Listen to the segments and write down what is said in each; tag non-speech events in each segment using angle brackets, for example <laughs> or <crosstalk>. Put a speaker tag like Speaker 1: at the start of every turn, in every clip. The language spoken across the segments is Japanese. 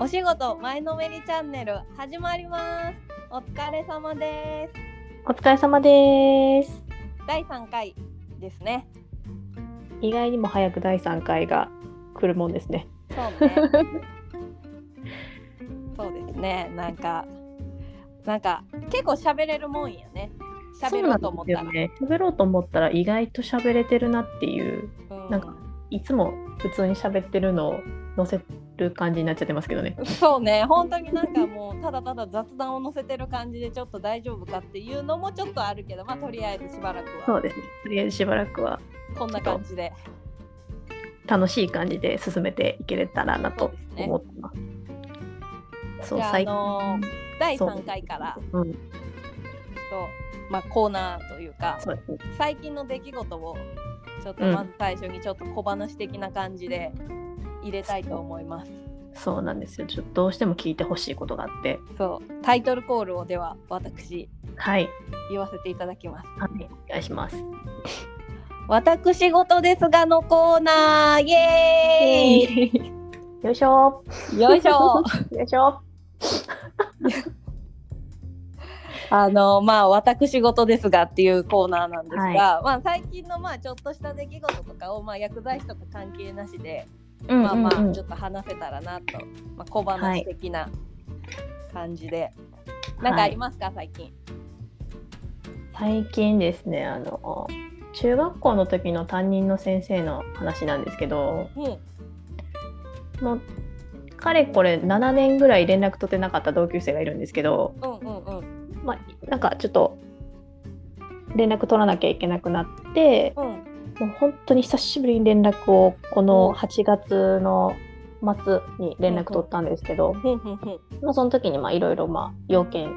Speaker 1: お仕事前のめりチャンネル始まりますお疲れ様です
Speaker 2: お疲れ様です。
Speaker 1: 第3回ですね
Speaker 2: 意外にも早く第3回が来るもんですね。
Speaker 1: そう
Speaker 2: <laughs>
Speaker 1: ねそうですねなんかなんか結構喋れるもんやね喋ろうと思ったら
Speaker 2: そうなんですよね。喋ろうと思ったら意外と喋れてるなっていう、
Speaker 1: うん
Speaker 2: なんかいつも普通に喋ってるのを載せる感じになっちゃってますけどね。
Speaker 1: そうね本当になんかもうただただ雑談を載せてる感じでちょっと大丈夫かっていうのもちょっとあるけどまあとりあえずしばらく
Speaker 2: そ
Speaker 1: は
Speaker 2: うですね。とりあえずしばらくは
Speaker 1: こんな感じで
Speaker 2: 楽しい感じで進めていけれたらな
Speaker 1: そう
Speaker 2: と
Speaker 1: ですね
Speaker 2: 思ってます。そう,、
Speaker 1: じゃあ
Speaker 2: 最近、
Speaker 1: あの第3回から
Speaker 2: うん、
Speaker 1: ちょっと、まあ、コーナーというか
Speaker 2: そうですね。
Speaker 1: 最近の出来事をちょっと
Speaker 2: うん
Speaker 1: まず最初にちょっと小話的な感じで入れたいと思います。
Speaker 2: そうなんですよ。ちょっとどうしても聞いてほしいことがあって、
Speaker 1: そうタイトルコールをでは私
Speaker 2: はい、
Speaker 1: 言わせていただきます。
Speaker 2: はい、お願いします。
Speaker 1: 私事ですがのコーナーイエー
Speaker 2: よいしょ。
Speaker 1: イよいしょ
Speaker 2: <laughs> よいしょ。
Speaker 1: あのまあ私事ですがっていうコーナーなんですが、
Speaker 2: はい
Speaker 1: まあ最近のまあちょっとした出来事とかをまあ薬剤師とか関係なしで
Speaker 2: うん
Speaker 1: まあま
Speaker 2: うんう
Speaker 1: あ
Speaker 2: ん
Speaker 1: ちょっと話せたらなと、まあ、小話的な感じで、なんかありますか、最近
Speaker 2: 最近ですねあの中学校の時の担任の先生の話なんですけど
Speaker 1: うん
Speaker 2: もうかれこれ7年ぐらい連絡取ってなかった同級生がいるんですけど、
Speaker 1: うんうんうん
Speaker 2: まあ、なんかちょっと連絡取らなきゃいけなくなって
Speaker 1: うん
Speaker 2: もう本当に久しぶりに連絡をこ
Speaker 1: うん
Speaker 2: の8月の末に連絡取ったんですけど、
Speaker 1: ふんふんふん
Speaker 2: まあ、その時にまあいろいろまあ要件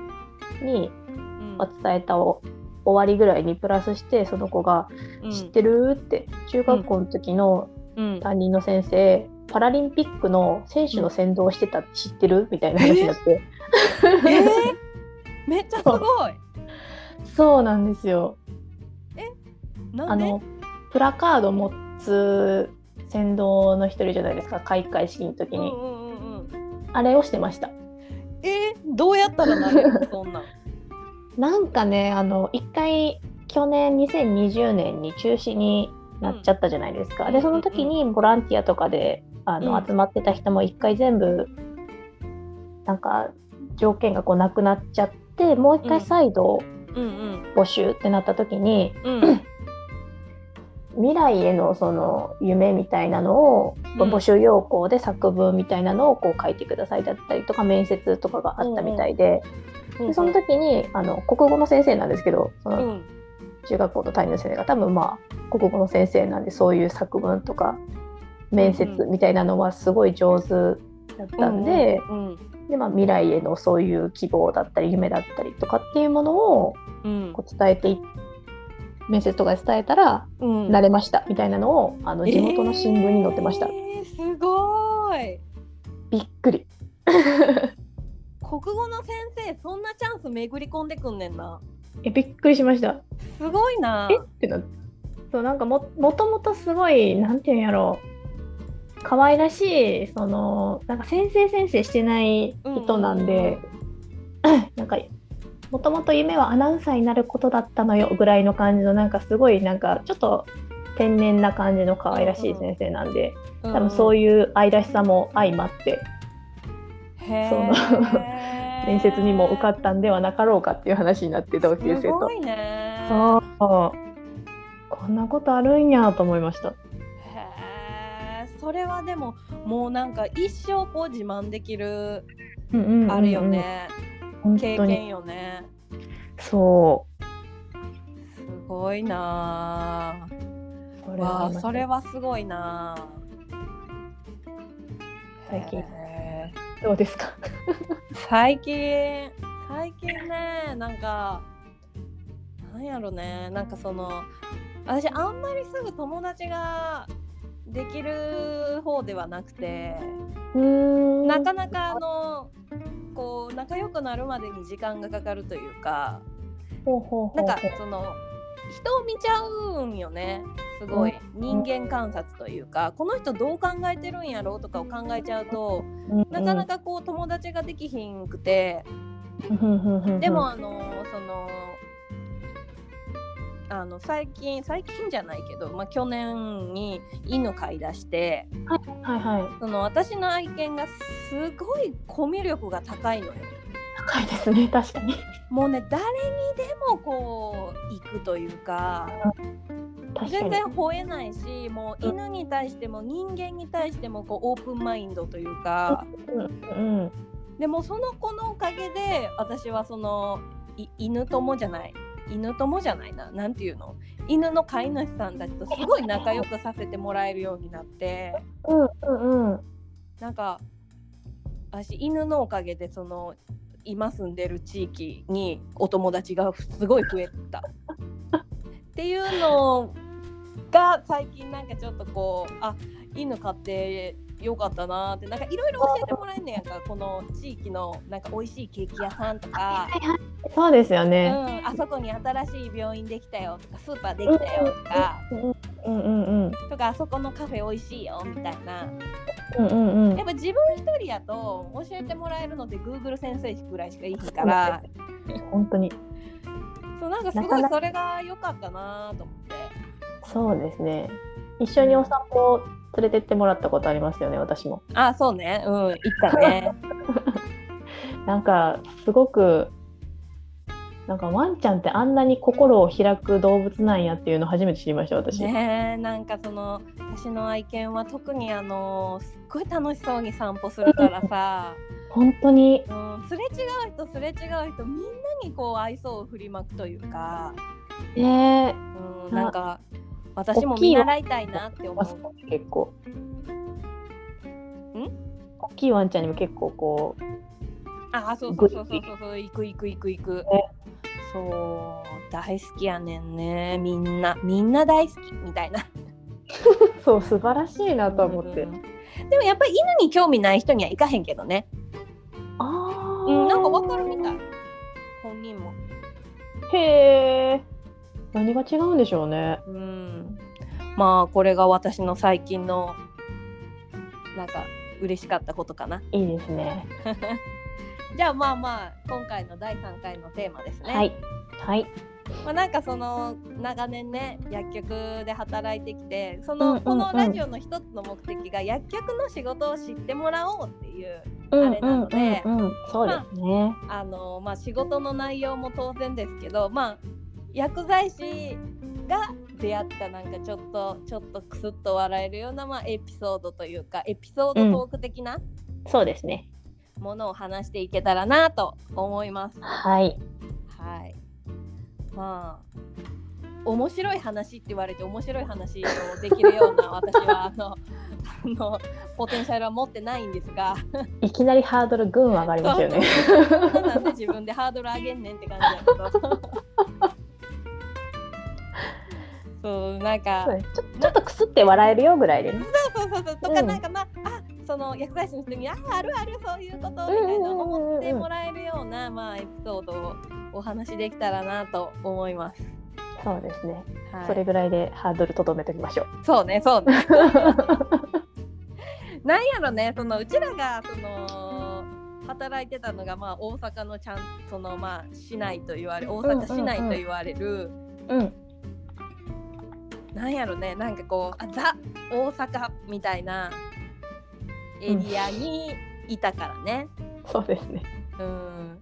Speaker 2: に
Speaker 1: うん
Speaker 2: まあ伝えたを終わりぐらいにプラスしてその子が
Speaker 1: うん
Speaker 2: 知ってるって中学校の時の
Speaker 1: うん
Speaker 2: 担任の先生、パラリンピックの選手の先導をしてたって知ってるみたいな話になって、
Speaker 1: えー、めっちゃすごい
Speaker 2: そうなんですよ
Speaker 1: な
Speaker 2: あ
Speaker 1: んで
Speaker 2: のプラカード持つ先導の一人じゃないですか開会式の時
Speaker 1: うん
Speaker 2: に、
Speaker 1: うんうんうん
Speaker 2: あれをしてました
Speaker 1: えー、どうやったらなれるのそんなん
Speaker 2: なんかねあの一回去年2020年に中止になっちゃったじゃないですか、
Speaker 1: うん
Speaker 2: でその時にボランティアとかであの、
Speaker 1: うん
Speaker 2: 集まってた人も一回全部なんか条件がこうなくなっちゃってもう一
Speaker 1: う
Speaker 2: 回
Speaker 1: ん
Speaker 2: 再度
Speaker 1: うんうん
Speaker 2: 募集ってなった時に、
Speaker 1: うん
Speaker 2: 未来へのその夢みたいなのを、
Speaker 1: うん
Speaker 2: 募集要項で作文みたいなのをこう書いてくださいだったりとか面接とかがあったみたいで,、でその時にあの国語の先生なんですけどその、
Speaker 1: うん
Speaker 2: 中学校の担任の先生が多分まあ国語の先生なんでそういう作文とか面接
Speaker 1: うんう
Speaker 2: みたいなのはすごい上手だったんで,、
Speaker 1: うん
Speaker 2: でまあ、未来へのそういう希望だったり夢だったりとかっていうものを
Speaker 1: うん
Speaker 2: こう伝えてい面接とかで伝えたら
Speaker 1: うん
Speaker 2: 慣れましたみたいなのをあの地元の新聞に載ってました、
Speaker 1: えー、すごい
Speaker 2: びっくり
Speaker 1: 国語の先生そんなチャンス巡り込んでくんねんな
Speaker 2: えびっくりしました
Speaker 1: すごいな
Speaker 2: えってなそうなんかももともとすごいなんていうんやろう可愛らしいそのなんか先生先生してない人なんで、 <laughs> なんかもともと夢はアナウンサーになることだったのよぐらいの感じのなんかすごいなんかちょっと天然な感じの可愛らしい先生なんで、
Speaker 1: 多
Speaker 2: 多分そう
Speaker 1: い
Speaker 2: いう愛らしさも相まって
Speaker 1: うん
Speaker 2: その面接にも受かったんではなかろうかっていう話になって同級生
Speaker 1: すご
Speaker 2: と。
Speaker 1: いね
Speaker 2: そうこんなことあるんやと思いました。
Speaker 1: へーそれはでももうなんか一生こう自慢できる
Speaker 2: うんうんうんうん
Speaker 1: あれよ。ね、
Speaker 2: 本
Speaker 1: 経
Speaker 2: 当
Speaker 1: 験
Speaker 2: に。
Speaker 1: よね
Speaker 2: そ
Speaker 1: すごいなぁ
Speaker 2: う。そ
Speaker 1: わあ
Speaker 2: ね
Speaker 1: それはすごいなぁ
Speaker 2: 最近
Speaker 1: へー
Speaker 2: どうですか。
Speaker 1: 最近最近ねなんかなんやろねなんかその私あんまりすぐ友達ができる方ではなくて
Speaker 2: <laughs> うん
Speaker 1: なかなかあのこう仲良くなるまでに時間がかかるというか
Speaker 2: ほうほうほ
Speaker 1: な
Speaker 2: うん
Speaker 1: か
Speaker 2: ほう
Speaker 1: その人を見ちゃうんよねすごい人間観察というか、この人どう考えてるんやろうとかを考えちゃうとなかなかこう友達ができひんくて、でもあのそのあの最近最近じゃないけど、まあ、去年に犬飼い出して
Speaker 2: はいはい
Speaker 1: その私の愛犬がすごいコミュ力が高いのよ。
Speaker 2: 高いですね <laughs> 確かに
Speaker 1: もうね誰にでもこう行くというか
Speaker 2: 確か
Speaker 1: 全
Speaker 2: に
Speaker 1: 然吠えないしもう犬に対しても人間に対してもこうオープンマインドというか
Speaker 2: うん
Speaker 1: でもその子のおかげで私はそのい犬友じゃない犬友じゃないななんていうの犬の飼い主さんたちとすごい仲良くさせてもらえるようになって
Speaker 2: うんうんうん
Speaker 1: なんか私犬のおかげでその今住んでる地域にお友達がすごい増えたっていうのが最近なんかちょっとこうあ犬飼ってよかったなってなんかいろいろ教えてもらえんねやんかこの地域のなんか美味しいケーキ屋さんとか、
Speaker 2: そうですよ
Speaker 1: うん、
Speaker 2: ね、
Speaker 1: あそこに新しい病院できたよとかスーパーできたよとか
Speaker 2: うん、うんうん
Speaker 1: とかあそこのカフェ美味しいよみたいな
Speaker 2: うんうんうん
Speaker 1: やっぱ自分一人やと教えてもらえるので Google 先生ぐらいしかいいから
Speaker 2: 本当に
Speaker 1: そうなんかす
Speaker 2: な
Speaker 1: ご
Speaker 2: か
Speaker 1: い
Speaker 2: な
Speaker 1: それが良かったなと思って
Speaker 2: そうですね一緒にお散歩連れてってもらったことありますよね私も
Speaker 1: あそうねうん行った <laughs> ね
Speaker 2: なんかすごくなんかワンちゃんってあんなに心を開く動物なんやっていうの初めて知りました私、
Speaker 1: ねえなんかその私の愛犬は特にあのすっごい楽しそうに散歩するから <laughs> さ、
Speaker 2: 本当に
Speaker 1: うん、すれ違う人すれ違う人みんなにこう愛想を振りまくというか、
Speaker 2: ねえ
Speaker 1: うん、
Speaker 2: あ
Speaker 1: なんか私も見習いたいなって思う
Speaker 2: 結構
Speaker 1: ん
Speaker 2: 大きいワンちゃんにも結構こう
Speaker 1: あそうそうそうそうそうそう行く行く行く行く、そう大好きやねんねみんなみんな大好きみたいな
Speaker 2: そう素晴らしいなとは思って、
Speaker 1: うんでもやっぱり犬に興味ない人には行かへんけどね
Speaker 2: ああ、
Speaker 1: うんなんかわかるみたい本人も
Speaker 2: へえ何が違うんでしょうね
Speaker 1: うんまあこれが私の最近のなんか嬉しかったことかない
Speaker 2: いですね
Speaker 1: じゃあまあまあ今回の第3回のテーマですね
Speaker 2: はいはい
Speaker 1: まあ、なんかその長年ね薬局で働いてきてそ
Speaker 2: うんうん
Speaker 1: の
Speaker 2: うん
Speaker 1: このラジオの一つの目的が薬局の仕事を知ってもらおうっていう
Speaker 2: うん
Speaker 1: れなので
Speaker 2: うんうんうん、そうですね、
Speaker 1: あの、まあ、仕事の内容も当然ですけど、まあ、薬剤師が出会ったなんかちょっとちょっとクスッと笑えるような、まあ、エピソードというかエピソードトーク的な
Speaker 2: そうですね
Speaker 1: ものを話していけたらなと思います。
Speaker 2: はい
Speaker 1: はい。まあ。面白い話って言われて面白い話をできるよう
Speaker 2: <laughs>
Speaker 1: な私はあのあのポテンシャルは持ってないんですが
Speaker 2: いきなりハードルぐん上がりますよね
Speaker 1: そんななんで自分でハードル上げんねんって感じだけど
Speaker 2: <laughs>
Speaker 1: そうなんか
Speaker 2: そうですちょちょっとくすって笑えるよぐらいでね
Speaker 1: そうそうそうと
Speaker 2: う
Speaker 1: か
Speaker 2: ん
Speaker 1: なんかまあ,、あその薬剤師の人にああるあるそういうことみたいな思ってもらえるような、まあ、エピソードをお話できたらなと思います。
Speaker 2: そうですね、
Speaker 1: はい、
Speaker 2: それぐらいでハードルとどめときましょう
Speaker 1: そうねそうね。なんやろねそのうちらがその働いてたのがまあ大阪のちゃんそのまあ市内と言われ大阪市内と言われる、
Speaker 2: うん
Speaker 1: なんやろねなんかこうあザ大阪みたいなエリアにいたからね。
Speaker 2: そうですね
Speaker 1: うん。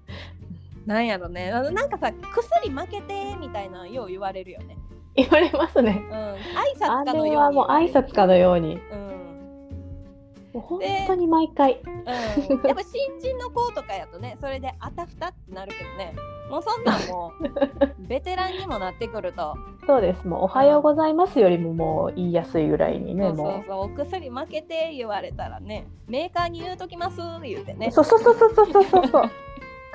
Speaker 1: なんやろねあのなんかさ薬負けてみたいなのよう言われるよね。
Speaker 2: 言われます
Speaker 1: う
Speaker 2: ね
Speaker 1: ん。挨
Speaker 2: あ
Speaker 1: 拶かのように
Speaker 2: れ
Speaker 1: 言わ
Speaker 2: は
Speaker 1: れる。
Speaker 2: もう挨拶かのように
Speaker 1: うん。
Speaker 2: もう本当に毎回
Speaker 1: うんやっぱ新人の子とかやとねそれであたふたってなるけどねもうそんなんもうベテランにもなってくると、
Speaker 2: そうですもう「おはようございます」よりももう言いやすいぐらいにね
Speaker 1: そうそ
Speaker 2: も
Speaker 1: うそうお薬負けて言われたらねメーカーに言うときます言うて
Speaker 2: う
Speaker 1: ね
Speaker 2: そうそうそうそうそうそうそう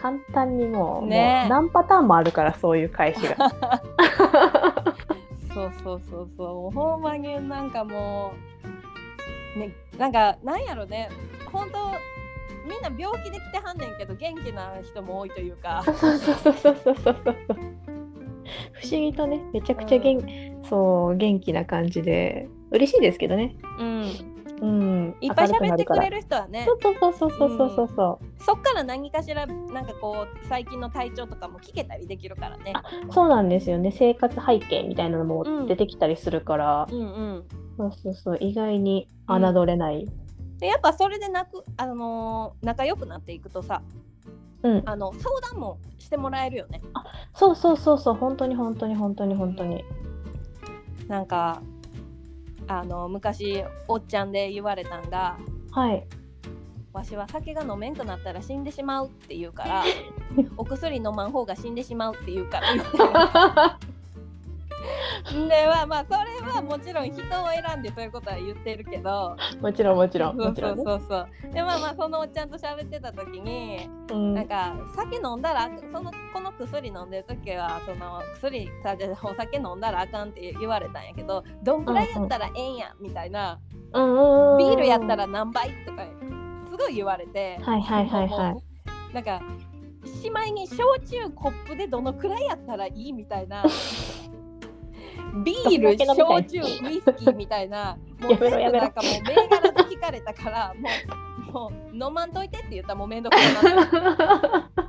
Speaker 2: 簡単にもう,、
Speaker 1: ね
Speaker 2: もう何パターンもあるからそういう返しが
Speaker 1: そうそうそうそうほんまになんかもうねなんかなんやろね本当みんな病気で来てはんねんけど元気な人も多いと
Speaker 2: <laughs>
Speaker 1: いうか
Speaker 2: そうそうそうそうそうそうそう不思議とねめちゃくちゃ元、そう元気な感じで嬉しいですけどね。
Speaker 1: うん、
Speaker 2: うん、
Speaker 1: いっぱい
Speaker 2: 明
Speaker 1: 喋っ
Speaker 2: る
Speaker 1: て
Speaker 2: く
Speaker 1: く
Speaker 2: な
Speaker 1: れ
Speaker 2: る
Speaker 1: る人はね
Speaker 2: から。そうそうそうそうそうそうそう。
Speaker 1: そっから何かしらなんかこう最近の体調とかも聞けたりできるからね。
Speaker 2: そうなんですよね。生活背景みたいなのも出てきたりするから、
Speaker 1: うんうん、
Speaker 2: そうそうそう意外に侮れない。
Speaker 1: でやっぱそれでなく、あのー仲良くなっていくとさ
Speaker 2: うん、
Speaker 1: あの相談もしてもらえるよね。
Speaker 2: そうそうそうそう本当に本当に本当に本当に。
Speaker 1: なんかあの昔おっちゃんで言われたんが <laughs>
Speaker 2: はい。
Speaker 1: 「わしは酒が飲めんくなったら死んでしまう」って言う <laughs> から「お薬飲まん方が死んでしまう」って言うから言って <laughs> でまあまあそれはもちろん人を選んでそういうことは言ってるけど
Speaker 2: もちろんもち
Speaker 1: そ
Speaker 2: ろんも
Speaker 1: う
Speaker 2: ち
Speaker 1: そ
Speaker 2: ろ
Speaker 1: うん
Speaker 2: ね。
Speaker 1: そうそうでまあまあそのおっちゃんと喋ってた時に
Speaker 2: うん
Speaker 1: なんか酒飲んだらあかんそのこの薬飲んでる時はその薬さじゃあお酒飲んだらあかんって言われたんやけどどんくらいやったらええんやみたいな
Speaker 2: うんうんうん
Speaker 1: ビールやった。ら何倍とかすごい言われて
Speaker 2: はいはいはいはい
Speaker 1: もうなんかしまいに焼酎コップでどのくらいやったらいいみたい
Speaker 2: <laughs>
Speaker 1: なビール
Speaker 2: どんだけ飲みたい
Speaker 1: 焼酎ウイスキーみたいなもう
Speaker 2: <laughs> やめろ
Speaker 1: 全
Speaker 2: や
Speaker 1: 部
Speaker 2: めろ
Speaker 1: なんかもう銘柄で聞かれたからもうもう飲まんといてって言ったらもうめんどくさくなって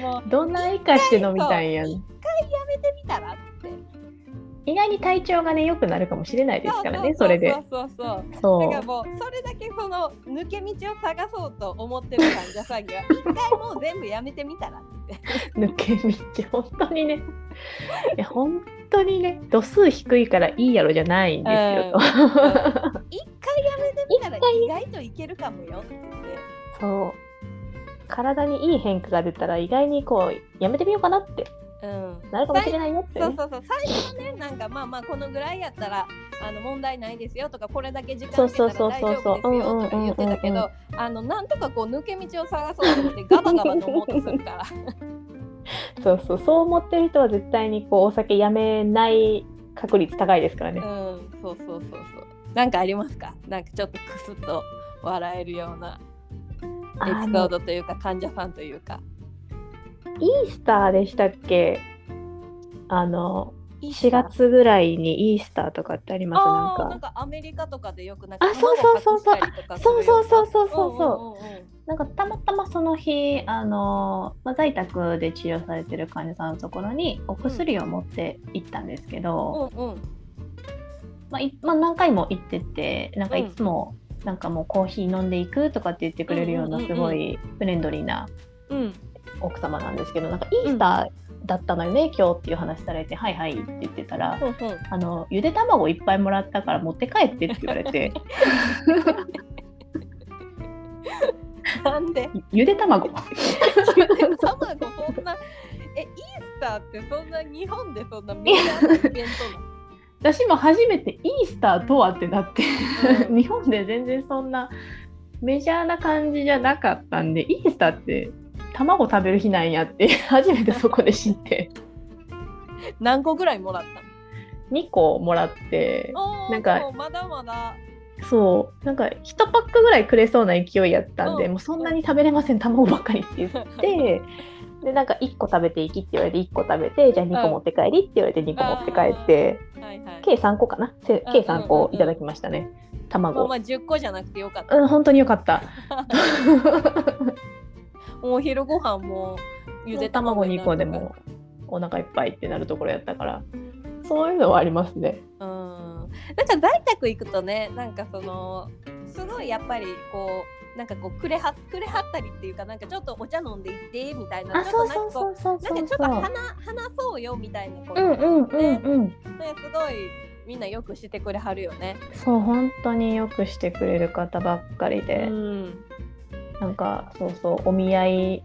Speaker 1: もう
Speaker 2: どんな以下して飲みたいんやん
Speaker 1: そうやめてみたらって
Speaker 2: 意外に体調がね良くなるかもしれないですからね
Speaker 1: そ
Speaker 2: そうれ
Speaker 1: そ
Speaker 2: で
Speaker 1: うそうそうそう
Speaker 2: そ
Speaker 1: だから
Speaker 2: う
Speaker 1: もうそれだけその抜け道を探そうと思ってる患者さんには一回もう全部やめてみたらって
Speaker 2: 抜け道本当にねいや本当にね度数低いからいいやろじゃ <laughs> ないんですよと、
Speaker 1: 一回やめてみたら
Speaker 2: 一回
Speaker 1: 意外といけるかもよって言って
Speaker 2: そう体にいい変化が出たら意外にこうやめてみようかなって
Speaker 1: うん
Speaker 2: なるかもしれないよってね、
Speaker 1: そうそうそう最初はねなんかまあまあこのぐらいやったらあの問題ないですよとかこれだけ時間かけたら大丈夫ですよとか言ってたけ
Speaker 2: そうそうそうそううんうんうんうんうん
Speaker 1: どあのなんとかこう抜け道を探そうと思
Speaker 2: <laughs>
Speaker 1: ってガバガバ飲もうとするから
Speaker 2: そうそうそう思ってる人は絶対にこうお酒やめない確率高いですからね、
Speaker 1: うんそうそうそうそうなんかありますかなんかちょっとクスッと笑えるようなエピ
Speaker 2: あ
Speaker 1: ソ
Speaker 2: の
Speaker 1: ードというか患者さんというか
Speaker 2: イースターでしたっけあの4
Speaker 1: 4
Speaker 2: 月ぐらいにイースターとかってあります
Speaker 1: あ
Speaker 2: な
Speaker 1: ーな
Speaker 2: んか
Speaker 1: んかアメリカとかでよくなんか
Speaker 2: あそうそうそうそう
Speaker 1: 卵隠したりとかする
Speaker 2: そう
Speaker 1: よ
Speaker 2: そううそうそうそうそう、
Speaker 1: んうんうんうん
Speaker 2: なんかたまたまその日あの、まあ、在宅で治療されてる患者さんのところにお薬を持って行ったんですけど、
Speaker 1: うんうん
Speaker 2: まあいまあ、何回も行っててなんか
Speaker 1: うん
Speaker 2: いつも、なんかもうコーヒー飲んでいくとかって言ってくれるよう
Speaker 1: う
Speaker 2: なん
Speaker 1: うんうん
Speaker 2: す
Speaker 1: うん
Speaker 2: ごいフレンドリーな
Speaker 1: うん
Speaker 2: 奥様なんですけどなんかイースターだったのよね、今日っていう話されて「はいはい」って言ってたら。
Speaker 1: うんうん
Speaker 2: あのゆで卵いっぱいもらったから持って帰ってって言われて <laughs>
Speaker 1: なんで
Speaker 2: ゆで <laughs> 卵
Speaker 1: 卵そんなえイースターってそんな日本でそんなメジャーなイベン
Speaker 2: 私も初めてイースターとはってなって
Speaker 1: トなの、
Speaker 2: 日本で全然そんなメジャーな感じじゃなかったんでイースターって卵食べる日なんやって <laughs> 初めてそこで知って
Speaker 1: 何個ぐらいもらった
Speaker 2: 2個もらって
Speaker 1: のおー
Speaker 2: なんか
Speaker 1: でもまだまだ
Speaker 2: そうなんか1パックぐらいくれそうな勢いやったんで、
Speaker 1: うん
Speaker 2: もうそんなに食べれません卵ばっかりって言って。でなんか1個食べていきって言われて1個食べてじゃあ2個持って帰りって言われて2個持って帰って、
Speaker 1: はいはい
Speaker 2: 計3個かなせ
Speaker 1: うん
Speaker 2: 計3個いただきましたね
Speaker 1: まあ
Speaker 2: 卵
Speaker 1: まあ10個じゃなくてよかった
Speaker 2: うん本当によかった
Speaker 1: お昼ご飯もゆで
Speaker 2: 卵
Speaker 1: 卵に
Speaker 2: 2
Speaker 1: な
Speaker 2: 個
Speaker 1: る
Speaker 2: で
Speaker 1: とか
Speaker 2: もお腹いっぱいってなるところやったからそういうのはありますね。
Speaker 1: うん、なんか在宅行くとねなんかそのすごいやっぱりこうなんかこうくれはくれはったりっていうかなんかちょっとお茶飲んでいってみたいなちょっとなんかこ
Speaker 2: うそう
Speaker 1: うなんかちょっと話話そうよみたいなこう、
Speaker 2: うんうんう
Speaker 1: ね
Speaker 2: んうん。
Speaker 1: ねすごいみんなよくしてくれはるよね。
Speaker 2: そう本当によくしてくれる方ばっかりで、 <laughs>
Speaker 1: うん、
Speaker 2: なんかそうそうお見合い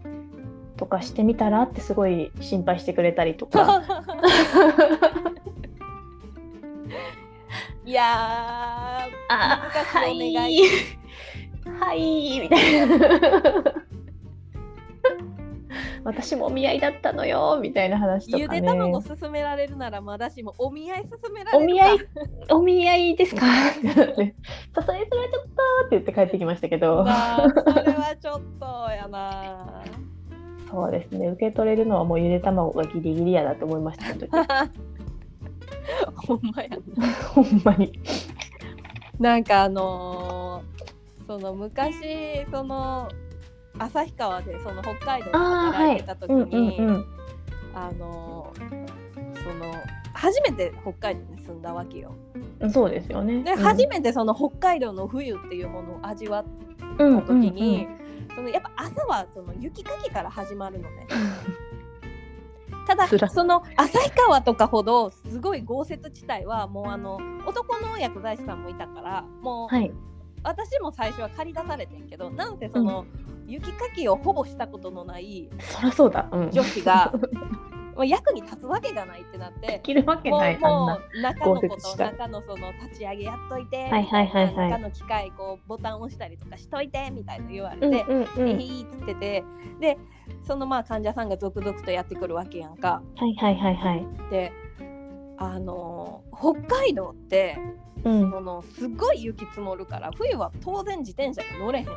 Speaker 2: とかしてみたらってすごい心配してくれたりとか
Speaker 1: いや
Speaker 2: あ
Speaker 1: 難しいお願い
Speaker 2: はいはいみたいな <laughs> 私もお見合いだったのよみたいな話
Speaker 1: ー
Speaker 2: と
Speaker 1: ゆ
Speaker 2: かね
Speaker 1: で卵勧められるならまだしもお見合い勧められるか
Speaker 2: お見合い、 <laughs> お見合い <laughs> ですかってなって、さそれそれちょっとって言って帰ってきましたけど、
Speaker 1: まあそれはちょっとや
Speaker 2: <laughs>
Speaker 1: な。
Speaker 2: <laughs> そうですね、受け取れるのはもうゆで卵がギリギリやなと思いました、本当に。
Speaker 1: ほんまや
Speaker 2: ほんまに。
Speaker 1: なんかあのーその昔その旭川でその北海道で
Speaker 2: ああは
Speaker 1: 働い
Speaker 2: い
Speaker 1: てた。時
Speaker 2: うん
Speaker 1: に
Speaker 2: う
Speaker 1: あ,、
Speaker 2: んうん。
Speaker 1: のーその初めて北海道に住んだわけよ。
Speaker 2: そうですよね。
Speaker 1: で
Speaker 2: うん
Speaker 1: 初めてその北海道の冬っていうものを味わった時に、そのやっぱ朝はその雪かきから始まる
Speaker 2: <laughs>
Speaker 1: のね。ただ
Speaker 2: 辛い
Speaker 1: その旭川とかほどすごい豪雪地帯はもうあの男の薬剤師さんもいたからもう
Speaker 2: はい。
Speaker 1: 私も最初は借り出されてんけどなんせその、雪かきをほぼしたことのない
Speaker 2: そらそうだ。うん。
Speaker 1: 女子
Speaker 2: <laughs>
Speaker 1: がもう役に立つわけがないってなって。
Speaker 2: 着るわけ
Speaker 1: も
Speaker 2: ない。
Speaker 1: う
Speaker 2: あん
Speaker 1: も
Speaker 2: な。
Speaker 1: う中のこ
Speaker 2: 豪雪
Speaker 1: と
Speaker 2: 地帯
Speaker 1: 中のその立ち上げやっといて、
Speaker 2: はいはいはいはい
Speaker 1: 中の機械こうボタン押したりとかしといてみたいな言われて、
Speaker 2: うんうんう
Speaker 1: え
Speaker 2: ん。
Speaker 1: いっつっててでそのまあ患者さんが続々とやってくるわけやんか。
Speaker 2: はいはいはいはい。
Speaker 1: であのー北海道って
Speaker 2: うん。
Speaker 1: そのすごい雪積もるから冬は当然自転車が乗れへんわ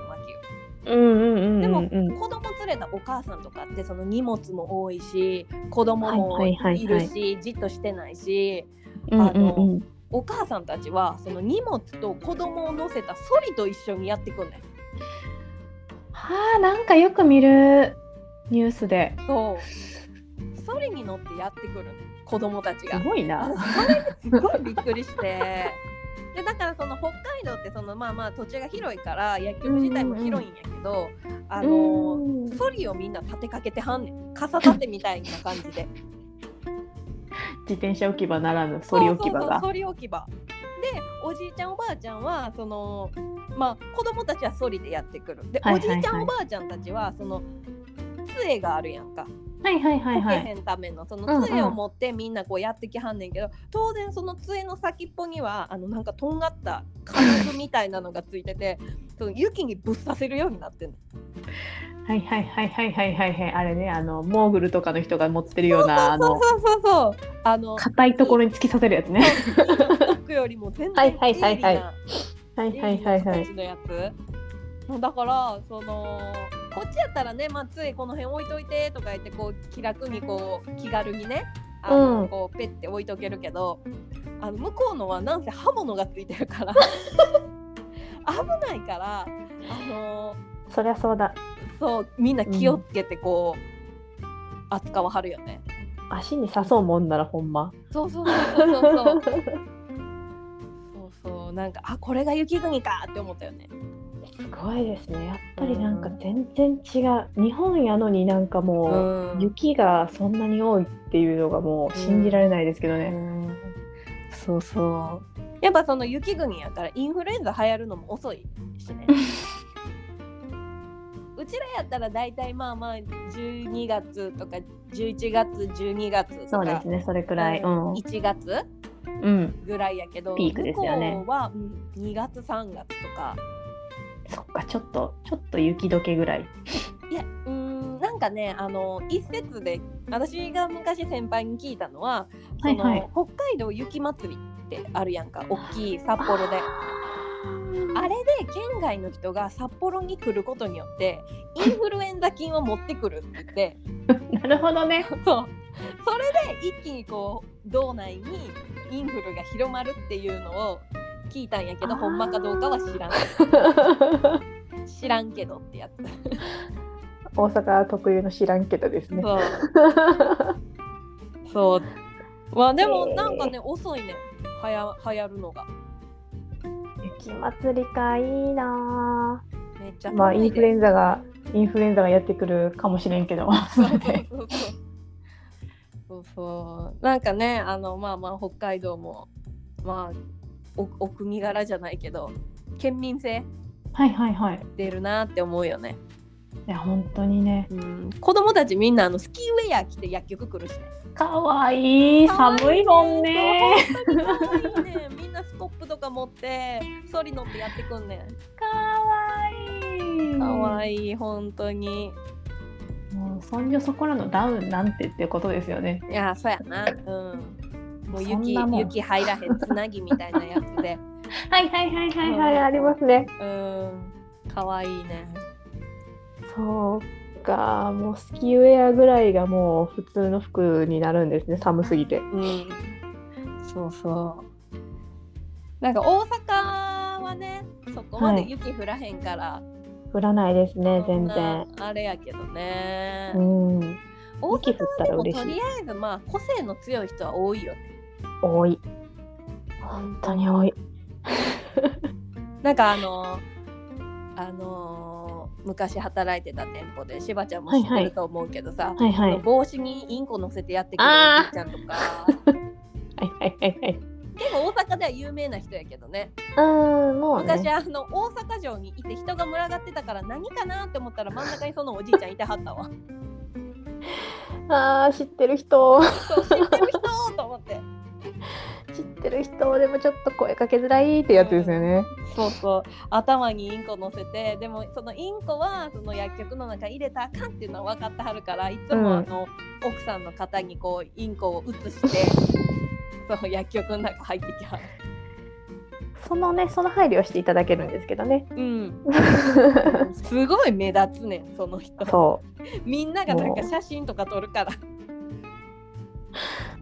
Speaker 1: けよ。
Speaker 2: うんうんうんうん。
Speaker 1: でも
Speaker 2: うん
Speaker 1: 子供連れたお母さんとかってその荷物も多いし子供も
Speaker 2: はいいはいはい
Speaker 1: る
Speaker 2: はい
Speaker 1: しじっとしてないし
Speaker 2: うん
Speaker 1: あの
Speaker 2: うん。
Speaker 1: お母さんたちはその荷物と子供を乗せたソリと一緒にやってくんねん
Speaker 2: はあ、なんかよく見るニュースで。
Speaker 1: そうソリに乗ってやってくるねん子供たち
Speaker 2: す
Speaker 1: が。
Speaker 2: ごい
Speaker 1: あ
Speaker 2: な。
Speaker 1: すごいびっくり
Speaker 2: <laughs>
Speaker 1: して。でだからその北海道ってそのまあまあ土地が広いから薬局自体も広いんやけど、あの
Speaker 2: うん
Speaker 1: ソリをみんな立てかけてはんねん傘立てみたいな感じ
Speaker 2: <laughs>
Speaker 1: で
Speaker 2: 自転車置き場ならぬソリ置き場
Speaker 1: そうそう
Speaker 2: が
Speaker 1: そう。ソリ置き場でおじいちゃんおばあちゃんはそのまあ子供たちはソリでやってくるで、
Speaker 2: はいはい
Speaker 1: お
Speaker 2: はい
Speaker 1: じいちゃんおばあちゃんたちはその杖があるやんか
Speaker 2: はいはいはいは
Speaker 1: こけ
Speaker 2: い。
Speaker 1: へんためのそ
Speaker 2: うんう
Speaker 1: の
Speaker 2: ん
Speaker 1: 杖を持ってみんなこうやってきはんねんけど、当然その杖の先っぽにはあのなんかとんがった金具みたいなのがついててその雪にぶっさせるようになってん
Speaker 2: <laughs>
Speaker 1: の。
Speaker 2: はいはいはいはいはいはいはい。あれね、あのモーグルとかの人が持ってるようなあ
Speaker 1: そう
Speaker 2: の
Speaker 1: そうそうそうあ
Speaker 2: <laughs>
Speaker 1: の
Speaker 2: 硬いところに突き刺せるやつね。
Speaker 1: 僕よりも全
Speaker 2: は
Speaker 1: 然
Speaker 2: いはいはいはい
Speaker 1: 鋭利な
Speaker 2: はいはいはいは
Speaker 1: 鋭利な。
Speaker 2: い
Speaker 1: 形のやつもうだからそのこっちやったらね、まあ、杖この辺置いといてとか言ってこう気楽にこう気軽にねあの、
Speaker 2: うん
Speaker 1: こうペッて置いとけるけどあの向こうのはなんせ刃物がついてる
Speaker 2: <laughs>
Speaker 1: から危ないからあの
Speaker 2: そりゃそうだ。
Speaker 1: そうみんな気をつけてこう、扱わはるよね。
Speaker 2: 足に刺そうもんならほんま。
Speaker 1: そうそうそうそうそうそ
Speaker 2: <laughs>
Speaker 1: うそうそうなんかあこれが雪国かって思ったよね。
Speaker 2: すごいですね。やっぱりなんか全然違う。日本やのになんかもう、
Speaker 1: うん
Speaker 2: 雪がそんなに多いっていうのがもう信じられないですけどね。
Speaker 1: そうそうやっぱその雪国やからインフルエンザ流行るのも遅いし
Speaker 2: <laughs>
Speaker 1: ねうちらやったら大体まあまあ12月とか11月12月とか
Speaker 2: そうですね。それくらい。うん。う
Speaker 1: 1月
Speaker 2: ん。
Speaker 1: ぐらいやけど
Speaker 2: ピークですよね
Speaker 1: 向こうは、うん、2月3月とか
Speaker 2: そっか。ちょっとちょっと雪解けぐらい。
Speaker 1: いやうーんなんかねあの一説で私が昔先輩に聞いたのはその、
Speaker 2: はいはい
Speaker 1: 北海道雪まつりってあるやんか大きい札幌で。
Speaker 2: あ
Speaker 1: あれで県外の人が札幌に来ることによってインフルエンザ菌を持ってくるって言って
Speaker 2: ー <laughs> なるほどね。
Speaker 1: そうそれで一気にこう道内にインフルが広まるっていうのを聞いたんやけど
Speaker 2: あー
Speaker 1: ほんまかどうかは知らん知らんけどってやつ
Speaker 2: 大阪特有の知らんけどですね。 <laughs>
Speaker 1: そうそうまあでもなんかね遅いねはや流行るのが
Speaker 2: 雪祭りかいいなぁ。
Speaker 1: めっちゃ
Speaker 2: まあ
Speaker 1: 寒
Speaker 2: イ
Speaker 1: い
Speaker 2: ン
Speaker 1: で
Speaker 2: フルエンザがインフルエンザがやってくるかもしれんけど。
Speaker 1: そうそうそうそう。そうそう。なんかね、あのまあまあ北海道もまあおお国柄じゃないけど県民性
Speaker 2: <laughs> はいはいはい。
Speaker 1: 出るなって思うよね。
Speaker 2: いや本当にね。
Speaker 1: うん。子供たちみんなあのスキーウェア着て薬局来るしね。
Speaker 2: かわいい寒いもんね。
Speaker 1: そう。本当に可愛いね。みんなスコップとか持ってソリ乗ってやってくんねん。
Speaker 2: かわいい。
Speaker 1: 可
Speaker 2: い
Speaker 1: 愛い本当に。
Speaker 2: い。もうそんじょそこらのダウンなんてってことですよね。
Speaker 1: いやそうやな。うん。もう
Speaker 2: そん
Speaker 1: 雪
Speaker 2: なもん
Speaker 1: 雪入らへんつなぎみたいなやつで。
Speaker 2: はいはいはいはいはい、ありますね。
Speaker 1: うん。可愛いね。
Speaker 2: そうかもうスキーウェアぐらいがもう普通の服になるんですね寒すぎて。
Speaker 1: うん、そうそうなんか大阪はねそこまで雪降らへんから、
Speaker 2: 降らないですね、
Speaker 1: そん
Speaker 2: 全
Speaker 1: な
Speaker 2: 然。
Speaker 1: あれやけどね、
Speaker 2: うん。
Speaker 1: 大
Speaker 2: 雪降
Speaker 1: 阪
Speaker 2: った
Speaker 1: はで
Speaker 2: ら
Speaker 1: もと
Speaker 2: 嬉
Speaker 1: り
Speaker 2: し
Speaker 1: あ
Speaker 2: い。
Speaker 1: えずまあ個性の強い人は多いよね
Speaker 2: 多い。本当に多い。
Speaker 1: なんかあのあの昔働いてた店舗でしばちゃんも知って
Speaker 2: はいは
Speaker 1: る
Speaker 2: い
Speaker 1: と思うけどさ、
Speaker 2: はいはい。
Speaker 1: 帽子にインコ乗せてやってくるお
Speaker 2: あー
Speaker 1: じいちゃんとか
Speaker 2: はいはいはいはい。
Speaker 1: 結構大阪では有名な人やけどね
Speaker 2: うん、もう、
Speaker 1: 昔
Speaker 2: ね。
Speaker 1: あの大阪城にいて人が群がってたから何かなって思ったら真ん中にそのおじいちゃんいては <laughs> ったわ
Speaker 2: ああ、知ってる人。
Speaker 1: そう知ってる人と思って
Speaker 2: 知ってる人でもちょっと声かけづらいってやつですよね。
Speaker 1: そうそう頭にインコ乗せてでもそのインコはその薬局の中に入れたらあかんっていうのは分かってはるからいつ
Speaker 2: うん
Speaker 1: もあの、奥さんの方にこうインコを移して <laughs> そう薬局の中入ってきはる
Speaker 2: そのね、その配慮をしていただけるんですけどね。
Speaker 1: うんすごい目立つねん <laughs> その人
Speaker 2: そ
Speaker 1: みんながなんか写真とか撮るから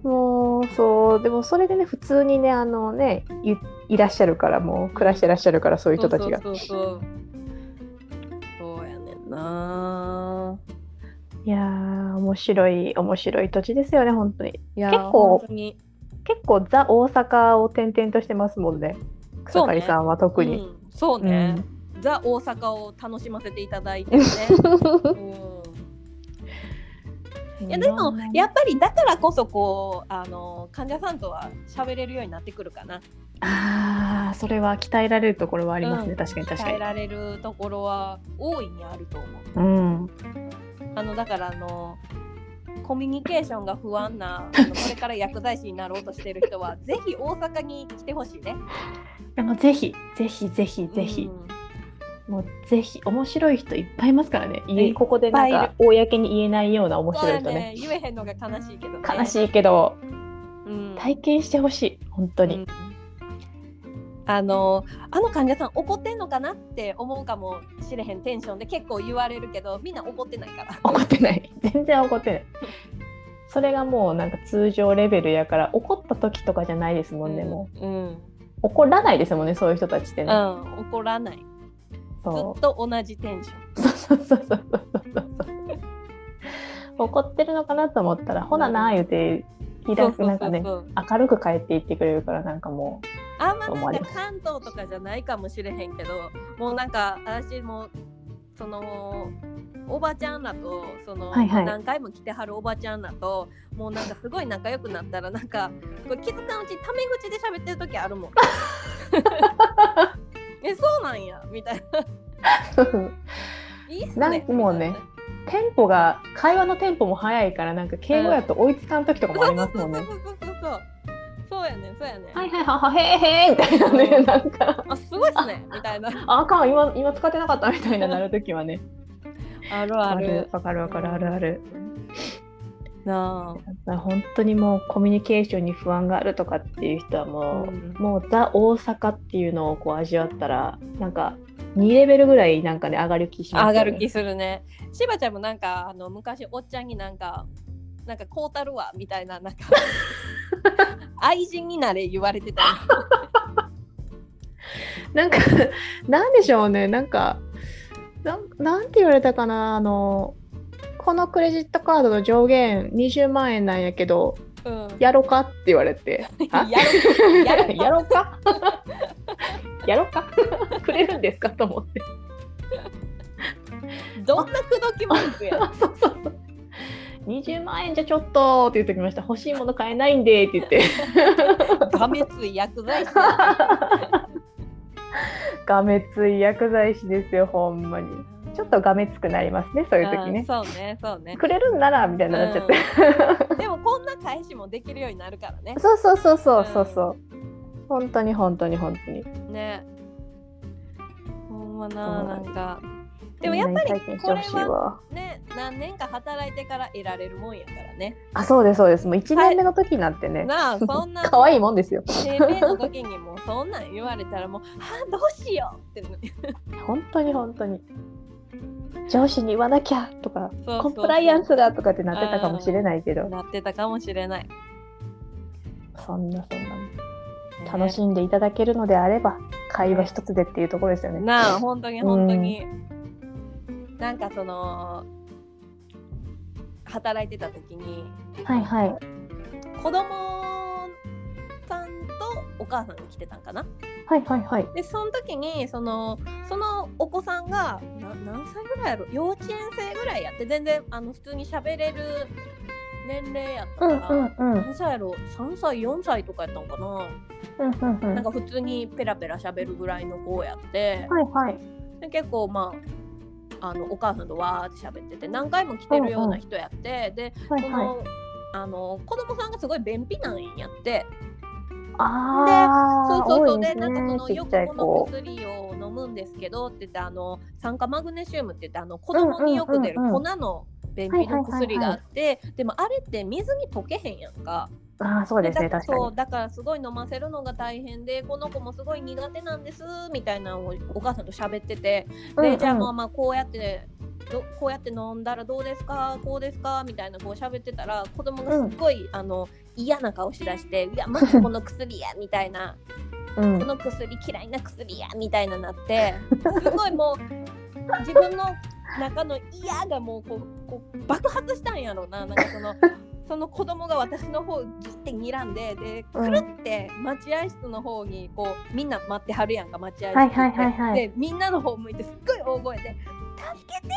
Speaker 2: う。もう、そう、でも、それでね、普通にね、あのね、い、いらっしゃるから、もう暮らしてらっしゃるから、そういう人たちが。
Speaker 1: そうそうそうそうそうやねんない
Speaker 2: やー、面白い、面白い土地ですよね、本当に。
Speaker 1: いや
Speaker 2: 結構
Speaker 1: 本当に
Speaker 2: 結構ザ大阪を転々としてますもんね。草刈さんは特に。
Speaker 1: うんそうね、ザ大阪を楽しませていただいて
Speaker 2: <laughs>
Speaker 1: るね、うん、 <laughs> いやでもやっぱりだからこそこうあの患者さんとは喋れるようになってくるかな
Speaker 2: ああ、それは鍛えられるところはありますね。
Speaker 1: うん
Speaker 2: 確かに確か
Speaker 1: 鍛え
Speaker 2: に。
Speaker 1: られるところは大いにあると思う
Speaker 2: うん。
Speaker 1: あのだからあのコミュニケーションが不安なあのこれから薬剤師になろうとしてる人はぜひ大阪に来てほしいね。
Speaker 2: でもぜひぜひぜひ <laughs> ぜひ、もうぜひ面白い人いっぱいいますからね。
Speaker 1: いっぱいい
Speaker 2: い
Speaker 1: る
Speaker 2: ここでなんか公に言えないような面
Speaker 1: そう
Speaker 2: 白い
Speaker 1: や
Speaker 2: 人ね。
Speaker 1: ね言えへんのが悲しいけどね。
Speaker 2: 悲
Speaker 1: い。
Speaker 2: しいけど
Speaker 1: うん、
Speaker 2: 体験してほしい本当に。
Speaker 1: うんあのあの患者さん怒ってんのかなって思うかもしれへんテンションで結構言われるけどみんな怒ってないから。
Speaker 2: 怒ってない。全然怒ってない。それがもうなんか通常レベルやから怒った時とかじゃないですもんね、もう
Speaker 1: うんうん
Speaker 2: 怒らないですもんねそういう人たちって
Speaker 1: う
Speaker 2: ね、
Speaker 1: ん、怒らないずっ
Speaker 2: そ
Speaker 1: と同じテンション。
Speaker 2: うそうそうそうそうそうそう怒ってるのかなと思ったら「ほなな」言うて気楽
Speaker 1: そう
Speaker 2: な
Speaker 1: そうそ
Speaker 2: んか
Speaker 1: う
Speaker 2: ね
Speaker 1: そう
Speaker 2: 明るく帰っていってくれるからなんかも
Speaker 1: あんま
Speaker 2: 思わ
Speaker 1: なん
Speaker 2: れ
Speaker 1: か
Speaker 2: ま
Speaker 1: 関東とかじゃないかもしれへんけどもうなんか私もそのおばちゃんらとその、
Speaker 2: はいはい
Speaker 1: 何回も来てはるおばちゃんらともうなんかすごい仲良くなったらなんかこれ気づかんうちタメ口で喋ってる時あるも
Speaker 2: <laughs>
Speaker 1: ん。えそうなんやみたいな。
Speaker 2: う <laughs>
Speaker 1: いいっす
Speaker 2: なん
Speaker 1: ね。
Speaker 2: もうねテンポが会話のテンポも早いからなんか敬語やと追いつかん時とか
Speaker 1: み
Speaker 2: もあ
Speaker 1: た
Speaker 2: り
Speaker 1: いな。
Speaker 2: ます
Speaker 1: そう
Speaker 2: も
Speaker 1: そ
Speaker 2: ん
Speaker 1: う
Speaker 2: ね。
Speaker 1: そうそうそうそう。そうやねんそうやねん。
Speaker 2: はいはいははへーへーみたいなね
Speaker 1: うん
Speaker 2: <laughs> なんか
Speaker 1: あすごいっすねみたいな。
Speaker 2: ああかん今今使ってなかったみたいななる時はね
Speaker 1: あるある。
Speaker 2: わかるわかるあるある。
Speaker 1: な
Speaker 2: だから本当にもうコミュニケーションに不安があるとかっていう人は
Speaker 1: あ。
Speaker 2: もう、
Speaker 1: うん
Speaker 2: もうザ大阪っていうのをこう味わったらなんか2レベルぐらいなんかね上がる気しますよね
Speaker 1: 上がる気するね。しばちゃんもなんかあの昔おっちゃんになんかなんかこうたるわみたいななん
Speaker 2: <laughs>
Speaker 1: か愛人になれ言われてたよ。
Speaker 2: なんか <laughs> なんでしょうねなんかなんなんて言われたかなあのこのクレジットカードの上限20万円なんやけど
Speaker 1: うん。
Speaker 2: やろかって言われてあ
Speaker 1: やろ <laughs> やろ
Speaker 2: やろか <laughs> やろか <laughs> くれるんですかと思って
Speaker 1: どんな口説き文句
Speaker 2: <laughs>
Speaker 1: や。
Speaker 2: あそうそうそう。20万円じゃちょっとって言ってきました。欲しいもの買えないんでって言
Speaker 1: <laughs>
Speaker 2: って。
Speaker 1: がめつい薬剤師。
Speaker 2: がめつい薬剤師ですよ、ほんまに。ちょっとがめつくなりますね、そういう時
Speaker 1: うん
Speaker 2: ね。
Speaker 1: そうねそうね。
Speaker 2: くれるんならみたいになっちゃって。。
Speaker 1: うんでもこんな返しもできるようになるからね
Speaker 2: そうそうそうそうそうそう。本当に本当に本当に。
Speaker 1: ね。ほんま
Speaker 2: そ
Speaker 1: な
Speaker 2: うな
Speaker 1: なんんか。でもやっぱり
Speaker 2: みんなに体験してほしいわ。
Speaker 1: ね何年か働いてから得られるもんやから
Speaker 2: <laughs>
Speaker 1: ね。
Speaker 2: あ、そうですそうです。もう1年目の時なんてね、
Speaker 1: なあそんな。
Speaker 2: 可愛いもんですよ。
Speaker 1: 生命の時にもうそんなん言われたらもう「はあどうしよう」
Speaker 2: <laughs>
Speaker 1: って
Speaker 2: 本当に本当に。上司に言わなきゃとか、
Speaker 1: そうそう
Speaker 2: コンプライアンスがとかってなってたかもしれないけど。
Speaker 1: なってたかもしれない。
Speaker 2: そんなそんな。楽しんでいただけるのであれば、会話一つでっていうところですよね。
Speaker 1: なあ本当に本当に、なんかその働いてた時に
Speaker 2: はいはい。
Speaker 1: 子供さんとお母さんが来てたんかな
Speaker 2: はいはいはい。
Speaker 1: でその時にそのそのお子さんがな何歳ぐらいやろ幼稚園生ぐらいやって全然あの普通に喋れる年齢やった
Speaker 2: う
Speaker 1: か
Speaker 2: んう
Speaker 1: ら、
Speaker 2: んうん。うん
Speaker 1: 何歳やろ3歳4歳とかやったんかな、
Speaker 2: うんうん。
Speaker 1: なんか普通にペラペラ喋るぐらいの子やって、
Speaker 2: はいはい。
Speaker 1: で結構まああのお母さんとわーって喋ってて何回も来てるような人やって、で
Speaker 2: はい
Speaker 1: そ
Speaker 2: はい。
Speaker 1: の、あの子供さんがすごい便秘なんやって
Speaker 2: ああ。
Speaker 1: そうそうそう
Speaker 2: 多い
Speaker 1: で,、
Speaker 2: ですね
Speaker 1: なんかその
Speaker 2: ち
Speaker 1: よ
Speaker 2: っ
Speaker 1: く
Speaker 2: ちゃい
Speaker 1: この
Speaker 2: 子。
Speaker 1: 薬を飲むんですけどって言ってあの酸化マグネシウムって言ってあの子供によく出る
Speaker 2: うんうんう
Speaker 1: 粉
Speaker 2: ん
Speaker 1: の便秘の薬があって、でもあれって水に溶けへんやんか
Speaker 2: ああ、そうですね、
Speaker 1: だ
Speaker 2: 確かに
Speaker 1: そ。うだからすごい飲ませるのが大変でこの子もすごい苦手なんですみたいなのをお母さんと喋っててで、
Speaker 2: うんうん
Speaker 1: じゃあまあまあこうやってどこうやって飲んだらどうですかこうですかみたいなこう喋ってたら子供がすっごい、あの嫌な顔しだして「いやまたこの薬や」みたいな「
Speaker 2: う
Speaker 1: こ
Speaker 2: ん。
Speaker 1: の薬嫌いな薬や」みたいなな
Speaker 2: <laughs>
Speaker 1: ってすごいもう自分の中の「嫌」がもうこうこう爆発したんやろななんかそ
Speaker 2: <laughs>
Speaker 1: の。その子供が私の方をギッて睨んででくるって待合室の方にこうみんな待ってはるやんか待合室って、
Speaker 2: はいはいはいはい
Speaker 1: でみんなの方向いてすっごい大声で「助けて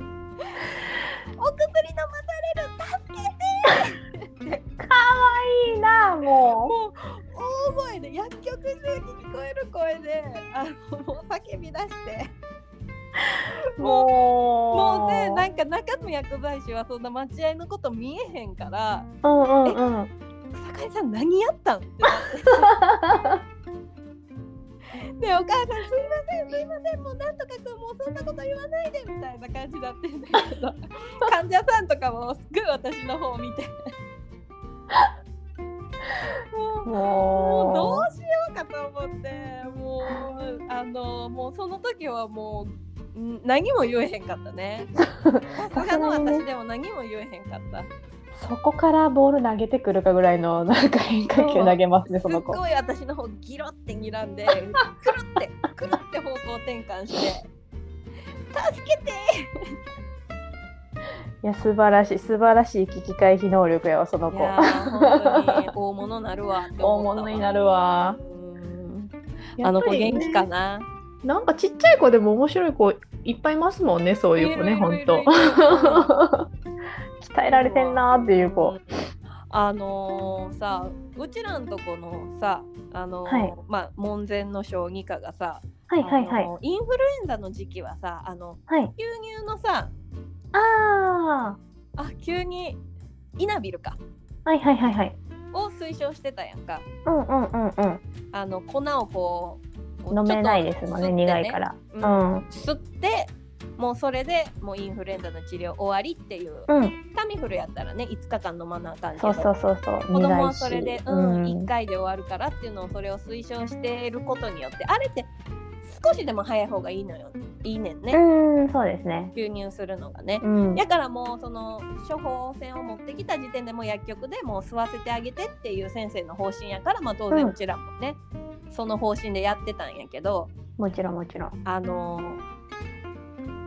Speaker 2: <laughs>
Speaker 1: ー!」お薬飲まされる助けて
Speaker 2: いいな、も
Speaker 1: もう大声で薬局中に聞こえる声であのもう叫び出して
Speaker 2: う。
Speaker 1: もう
Speaker 2: も
Speaker 1: もうねなんか中の薬剤師はそんな待合のこと見えへんから
Speaker 2: うんうんうん。
Speaker 1: 「坂井さん何やったん?」ってなって。でお母さん「すいませんすいませんもうなんとかくんもうそんなこと言わないで」みたいな感じだってんだけど患者さんとかもすっごい私の方を見てもうもうど
Speaker 2: も
Speaker 1: うしようかと思ってもうあのもうその時はもうん何も言えへんかったねさすがの私でも何も言えへんかった
Speaker 2: うそこからボール投げてくるかぐらいのなんか変化球投げますね
Speaker 1: す
Speaker 2: そ
Speaker 1: っ
Speaker 2: の子
Speaker 1: ごい私の方ギロって睨んでくるってくるって方向転換して「助けて!」
Speaker 2: いや素晴らしい素晴らしい聞き回避能力やわその
Speaker 1: い
Speaker 2: 子
Speaker 1: やー本当に大物なる
Speaker 2: <laughs>
Speaker 1: わって
Speaker 2: 大
Speaker 1: 思った
Speaker 2: 物になるわ
Speaker 1: うん
Speaker 2: や
Speaker 1: あ
Speaker 2: っ
Speaker 1: の
Speaker 2: ぱ
Speaker 1: 子
Speaker 2: りね
Speaker 1: 元気かな
Speaker 2: なんかちっちゃい子でも面白い子いっぱいいますもんねそういう子ね
Speaker 1: いる
Speaker 2: 本
Speaker 1: いる
Speaker 2: 当 <laughs> 鍛えられてんなーっていう
Speaker 1: う
Speaker 2: 子
Speaker 1: んあのーさうちらんとこのさあのー
Speaker 2: はい
Speaker 1: まあ門前の小児科がさ、
Speaker 2: はいはいは
Speaker 1: あ
Speaker 2: い
Speaker 1: のーインフルエンザの時期はさあの
Speaker 2: はい
Speaker 1: 牛乳のさ
Speaker 2: あ
Speaker 1: あ急にイナビルか
Speaker 2: ーはいはいはいはい
Speaker 1: を推奨してたやんか
Speaker 2: うんうんうんうん
Speaker 1: あの粉をこうこう
Speaker 2: 飲めない
Speaker 1: ちょっと
Speaker 2: ですもん
Speaker 1: 吸っ
Speaker 2: ね
Speaker 1: て
Speaker 2: 苦いから
Speaker 1: う
Speaker 2: うんん
Speaker 1: 吸ってもうそれでもうインフルエンザの治療終わりっていう
Speaker 2: うん
Speaker 1: タミフルやったらね5日間飲まなあかんけ
Speaker 2: そ
Speaker 1: ど
Speaker 2: うそうそうそう
Speaker 1: 子供
Speaker 2: 苦
Speaker 1: はい
Speaker 2: し
Speaker 1: それで、う
Speaker 2: うんん
Speaker 1: 1回で終わるからっていうのをそれを推奨していることによってあれって少しでも早い方がいいのよいいねんね、
Speaker 2: うんそうですね
Speaker 1: 吸入するのがね。
Speaker 2: うん
Speaker 1: だからもうその処方箋を持ってきた時点でもう薬局でもう吸わせてあげてっていう先生の方針やから、まあ、当然
Speaker 2: うん
Speaker 1: うちらもね、その方針でやってたんやけど
Speaker 2: もちろんもちろん
Speaker 1: あのー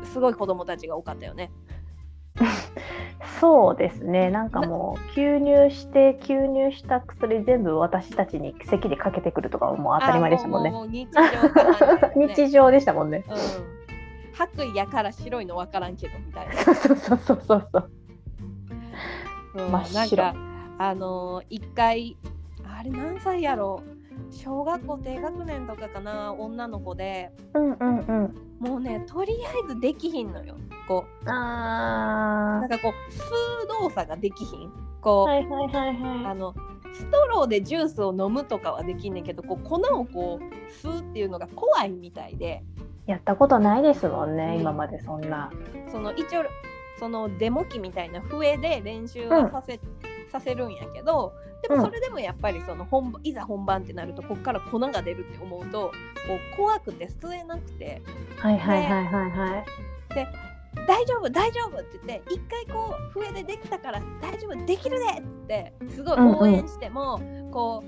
Speaker 1: すごい子供たちが多かったよね。
Speaker 2: そうですねなんかもう吸入して吸入した薬全部私たちに席にかけてくるとかはもう当たり前でしたもん
Speaker 1: あ
Speaker 2: ね
Speaker 1: もうもう日常
Speaker 2: <laughs>
Speaker 1: 茶飯事ですね
Speaker 2: 日常でしたもんね <laughs>
Speaker 1: うん白衣やから白いの分からんけどみたいな。
Speaker 2: そうそうそうそうそう
Speaker 1: うん
Speaker 2: 真っ白
Speaker 1: なんかあのー一回あれ何歳やろ小学校低学年とかかな女の子で
Speaker 2: うんうんう
Speaker 1: もうねとりあえずできひんのよこ
Speaker 2: ん
Speaker 1: う
Speaker 2: あ
Speaker 1: なんかこう吸う動作ができひんこ
Speaker 2: ー
Speaker 1: う、
Speaker 2: はいはいはい
Speaker 1: あ
Speaker 2: は
Speaker 1: のストローでジュースを飲むとかはできんねんけどこう粉をこう吸うっていうのが怖いみたいで
Speaker 2: いやったことないですもん
Speaker 1: うん
Speaker 2: ね今までそんな
Speaker 1: その一応そのデモ機みたいな笛で練習はさせ,、させるんやけどで
Speaker 2: う
Speaker 1: も
Speaker 2: ん
Speaker 1: それでもやっぱりその本番いざ本番ってなるとこっから粉が出るって思うとこう怖くて吸えなくて
Speaker 2: はいはいはいはいはい
Speaker 1: 大丈夫大丈夫って言って一回こう笛でできたから大丈夫できるねって言ってすごい応援しても、こ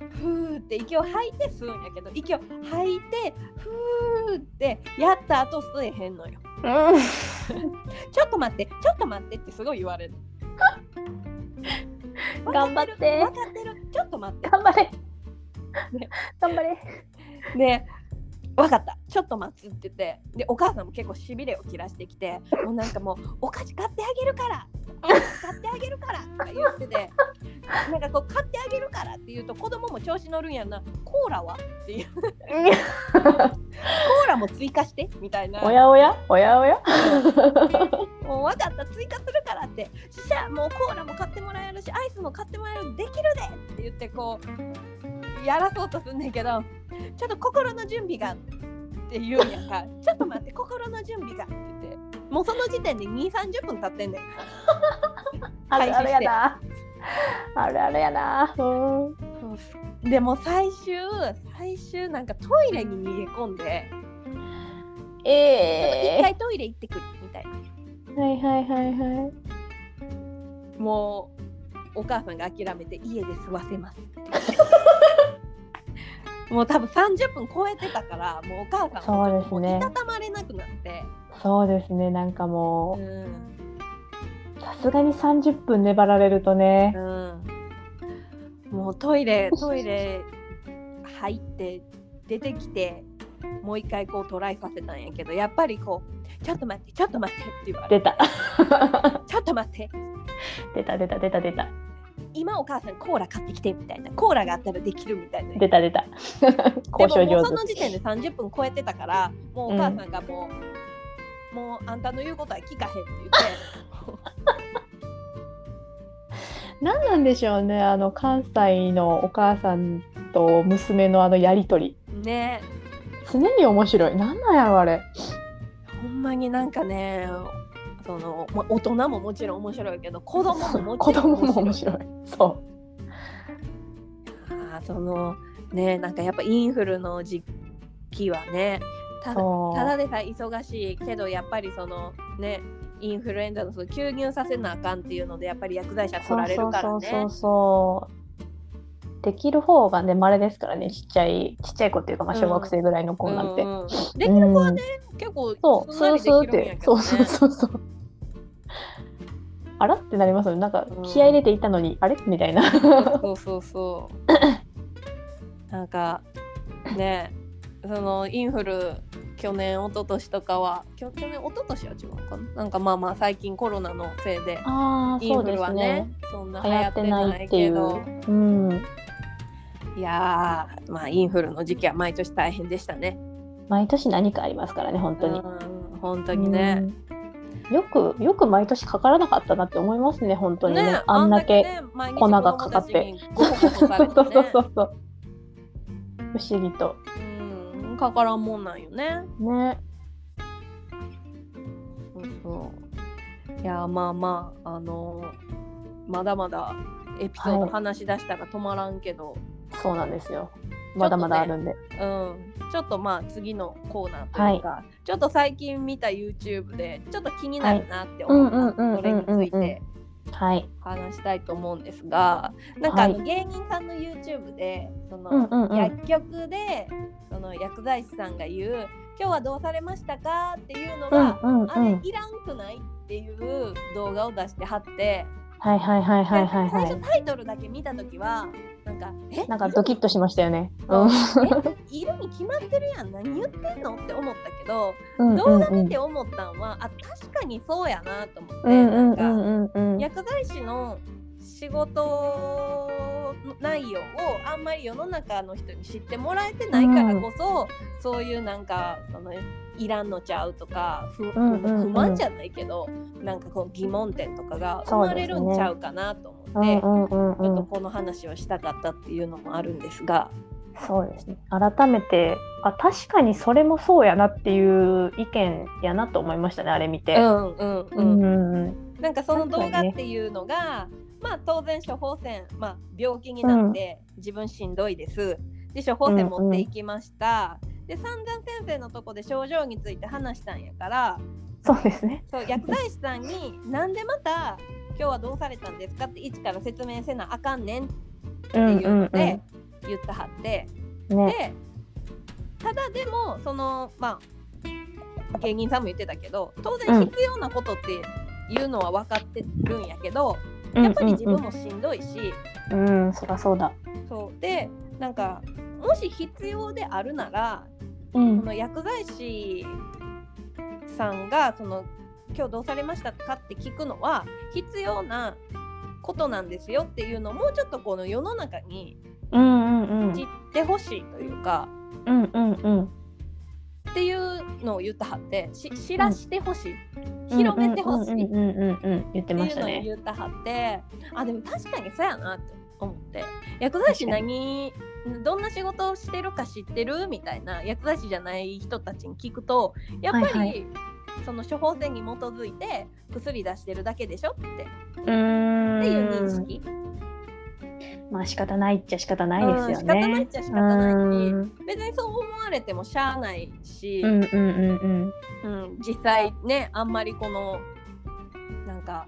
Speaker 1: うふーって息を吐いて吸うんやけど息を吐いてふーってやった後吸えへんのよ
Speaker 2: うん
Speaker 1: ちょっと待ってちょっと待ってってすごい言われる
Speaker 2: 頑張って
Speaker 1: 分かってるちょっと待って
Speaker 2: <laughs> 頑張れ
Speaker 1: ね。
Speaker 2: <laughs> 頑張 <laughs> れ。
Speaker 1: で分かったちょっと待つって言ってでお母さんも結構しびれを切らしてきてもうなんかもうお菓子買ってあげるからお菓子買ってあげるからとか言っててなんかこう買ってあげるからって言うと子供も調子乗るんやなコーラはっていうコーラも追加してみたいな
Speaker 2: おやおやおやおや。
Speaker 1: もう分かった追加するからってそしたらもうコーラも買ってもらえるしアイスも買ってもらえるできるでって言ってこうやらそうとすんねんけどちょっと心の準備がって言うんやんかちょっと待って心の準備がって言ってもうその時点で2 3 0分経ってんねん
Speaker 2: あるあるやな。あるあるやな。うん。
Speaker 1: でも最終最終なんかトイレに逃げ込んでちょっと一
Speaker 2: ええ
Speaker 1: 回トイレ行ってくるみたいな
Speaker 2: はいはいはいはい。
Speaker 1: もうお母さんが諦めて家で吸わせます <laughs> ってもう多分30分超えてたからもうお母さんも
Speaker 2: そうです
Speaker 1: もうい
Speaker 2: ね。
Speaker 1: たたまれなくなって、
Speaker 2: そうですね。なんか
Speaker 1: う
Speaker 2: も
Speaker 1: ん
Speaker 2: うさすがに三十分粘られるとね。
Speaker 1: うん、もうトイレトイレ入って出てきてもう一回こうトライさせたんやけどやっぱりこう「ちょっと待ってちょっと待って」って言われ
Speaker 2: 出
Speaker 1: て
Speaker 2: た。
Speaker 1: 「ちょっと待って
Speaker 2: 出た出た出た出た
Speaker 1: 今お母さんコーラ買ってきて」みたいな「コーラがあったらできる」みたいな
Speaker 2: 出た出 <laughs> た。
Speaker 1: で
Speaker 2: 交
Speaker 1: も
Speaker 2: 渉
Speaker 1: も
Speaker 2: 上
Speaker 1: う
Speaker 2: 手
Speaker 1: そ。の時点で30分超えてたからもうお母さんがもう、もうあんたの言うことは聞かへんって言って
Speaker 2: なんなんでしょうね。あの関西のお母さんと娘のあのやりとり。
Speaker 1: <laughs> ね
Speaker 2: 常に面白い。なんなんやろあれ。
Speaker 1: ほんまになんかねその、ま、大人ももちろん面白いけど子供もも
Speaker 2: <laughs> 子
Speaker 1: ちろん
Speaker 2: 供も面白い。そ
Speaker 1: あーそのねなんかやっぱインフルの時期はね
Speaker 2: う。
Speaker 1: ただ
Speaker 2: そう
Speaker 1: ただでさえ忙しいけどやっぱりそのねインフルエンザのその休業させなあかんっていうのでやっぱり薬剤師は取られるからね。
Speaker 2: そうそうそうそう。できる方がね、稀ですからね、ちっちゃい、ちっちゃい子っていうか、まあ、
Speaker 1: うん
Speaker 2: 小学生ぐらいの子なんて。
Speaker 1: うんうんできる子はね、結
Speaker 2: そ
Speaker 1: 構
Speaker 2: う、
Speaker 1: すんな
Speaker 2: そう
Speaker 1: りで
Speaker 2: そう
Speaker 1: き
Speaker 2: っ
Speaker 1: るんやけ、ど、ね、
Speaker 2: てそうそうそう
Speaker 1: <laughs>
Speaker 2: そう。あらってなりますよね。なんか
Speaker 1: うん
Speaker 2: 気合い入れていたのに、あれみたいな。
Speaker 1: そうそうそうなんかねそのインフル去年一昨年とかは去去年一昨年は違うかななんかまあまあ最近コロナのせいで
Speaker 2: ああ、
Speaker 1: イン
Speaker 2: そう
Speaker 1: フ
Speaker 2: で
Speaker 1: ル
Speaker 2: す
Speaker 1: は
Speaker 2: ね
Speaker 1: ね。そんな
Speaker 2: 流
Speaker 1: 流行
Speaker 2: 行っ
Speaker 1: ってて
Speaker 2: な
Speaker 1: ないい
Speaker 2: ってい
Speaker 1: け
Speaker 2: う
Speaker 1: ど。
Speaker 2: うん。
Speaker 1: いやーまあインフルの時期は毎年大変でしたね
Speaker 2: 毎年何かありますからね、本当に。
Speaker 1: うん本当にね、
Speaker 2: うん。よく、よく毎年かからなかったなって思いますね、本当にね。
Speaker 1: ね
Speaker 2: あんだけ。
Speaker 1: ね毎日
Speaker 2: 粉がかかって
Speaker 1: 子供たちにゴホゴホされ
Speaker 2: <laughs> そう
Speaker 1: て
Speaker 2: そう
Speaker 1: ね
Speaker 2: そうそう。不思議と。
Speaker 1: うんかからんもんなんよね
Speaker 2: ね。
Speaker 1: そうそういやまあまああのまだまだエピソード
Speaker 2: はい
Speaker 1: 話し出したら止まらんけど、
Speaker 2: そうなんですよ。
Speaker 1: ね
Speaker 2: まだまだあるんで。
Speaker 1: うん、ちょっとまあ次のコーナーというか、ちょっと最近見た YouTube でちょっと気になるなって思った
Speaker 2: はい
Speaker 1: それについ
Speaker 2: うんうんうんうんうん
Speaker 1: て
Speaker 2: はい。
Speaker 1: 話したいと思うんですがなんかあの、
Speaker 2: は
Speaker 1: 芸人さんの YouTube でその、
Speaker 2: うんうんうん。
Speaker 1: 薬局でその薬剤師さんが言う「今日はどうされましたか?」っていうのが、
Speaker 2: うん
Speaker 1: あ
Speaker 2: うんう
Speaker 1: れ
Speaker 2: ん。
Speaker 1: いらんくないっていう動画を出してはって、
Speaker 2: はいはいはいはいはい
Speaker 1: 最
Speaker 2: は
Speaker 1: 初タイトルだけ見た時はなんか「え
Speaker 2: い。なんかドキッとしましたよね。
Speaker 1: そう
Speaker 2: う
Speaker 1: えいるに決まってるやん何言ってんの?」って思ったけど
Speaker 2: ん。
Speaker 1: 動画
Speaker 2: うんうん
Speaker 1: 見て思ったんは、あ確かにそうやなと思って、
Speaker 2: うんうん
Speaker 1: なん
Speaker 2: う
Speaker 1: か
Speaker 2: んうんうん。
Speaker 1: 薬剤師の仕事の内容をあんまり世の中の人に知ってもらえてないからこそ、そういうなんかそのいらんのちゃうとか不,、
Speaker 2: んうんうん
Speaker 1: 不満じゃないけどなんかこう疑問点とかが生まれるんちゃうかなと思って。
Speaker 2: うんうんうん
Speaker 1: ちょっ
Speaker 2: う
Speaker 1: と
Speaker 2: ん。
Speaker 1: この話をしたかったっていうのもあるんですが、
Speaker 2: そうですね。改めて、あ、確かにそれもそうやなっていう意見やなと思いましたね。あれ見
Speaker 1: う
Speaker 2: て。
Speaker 1: んうん
Speaker 2: う
Speaker 1: うん
Speaker 2: んうん
Speaker 1: なんかその動
Speaker 2: 確か
Speaker 1: 画
Speaker 2: にね
Speaker 1: っていうのが、まあ当然処方箋、まあ、病気になって自分しんどいですで処方箋持っていきました、で散々先生のとこで症状について話したんやから
Speaker 2: そうですね。
Speaker 1: そう薬剤師さんに「なんでまた今日はどうされたんですか?」って一から説明せなあかんねんって
Speaker 2: うん
Speaker 1: いううんので言ったはって、
Speaker 2: うん。ね。
Speaker 1: でただでもそのまあ芸人さんも言ってたけど当然必要なことっていうのは分かってるんやけど、やっぱり自分もしんどいし、
Speaker 2: うんうんうん、うん、そりゃそうだ。
Speaker 1: そうでなんかもし必要であるなら
Speaker 2: う
Speaker 1: そ
Speaker 2: ん。
Speaker 1: の薬剤師さんがその今日どうされましたかって聞くのは必要なことなんですよっていうのをもうちょっとこの世の中に
Speaker 2: うんうんうん。
Speaker 1: 知ってほしいというか
Speaker 2: うんうんうん。
Speaker 1: っていうのを言ったはってし知らしてほしい、
Speaker 2: うん
Speaker 1: 広めてほしい
Speaker 2: うん
Speaker 1: っ
Speaker 2: うんうんうんうん。言っ
Speaker 1: て
Speaker 2: てま
Speaker 1: い
Speaker 2: し
Speaker 1: う
Speaker 2: た
Speaker 1: のを
Speaker 2: ね。
Speaker 1: 言ったはってあでも確かにそうやなって思って薬剤師何どんな仕事をしてるか知ってるみたいな薬剤師じゃない人たちに聞くとやっぱり、
Speaker 2: はいは
Speaker 1: その処方箋に基づいて薬出してるだけでしょってって
Speaker 2: う
Speaker 1: いう認
Speaker 2: ーん。
Speaker 1: 識、
Speaker 2: まあ仕方ないっちゃ仕方ないですよね。
Speaker 1: うん仕方ないっちゃ仕方
Speaker 2: う
Speaker 1: ないし
Speaker 2: ん
Speaker 1: 別にそう思われてもしゃあないし、
Speaker 2: うんうんうん
Speaker 1: うん、実際ねあんまりこのなんか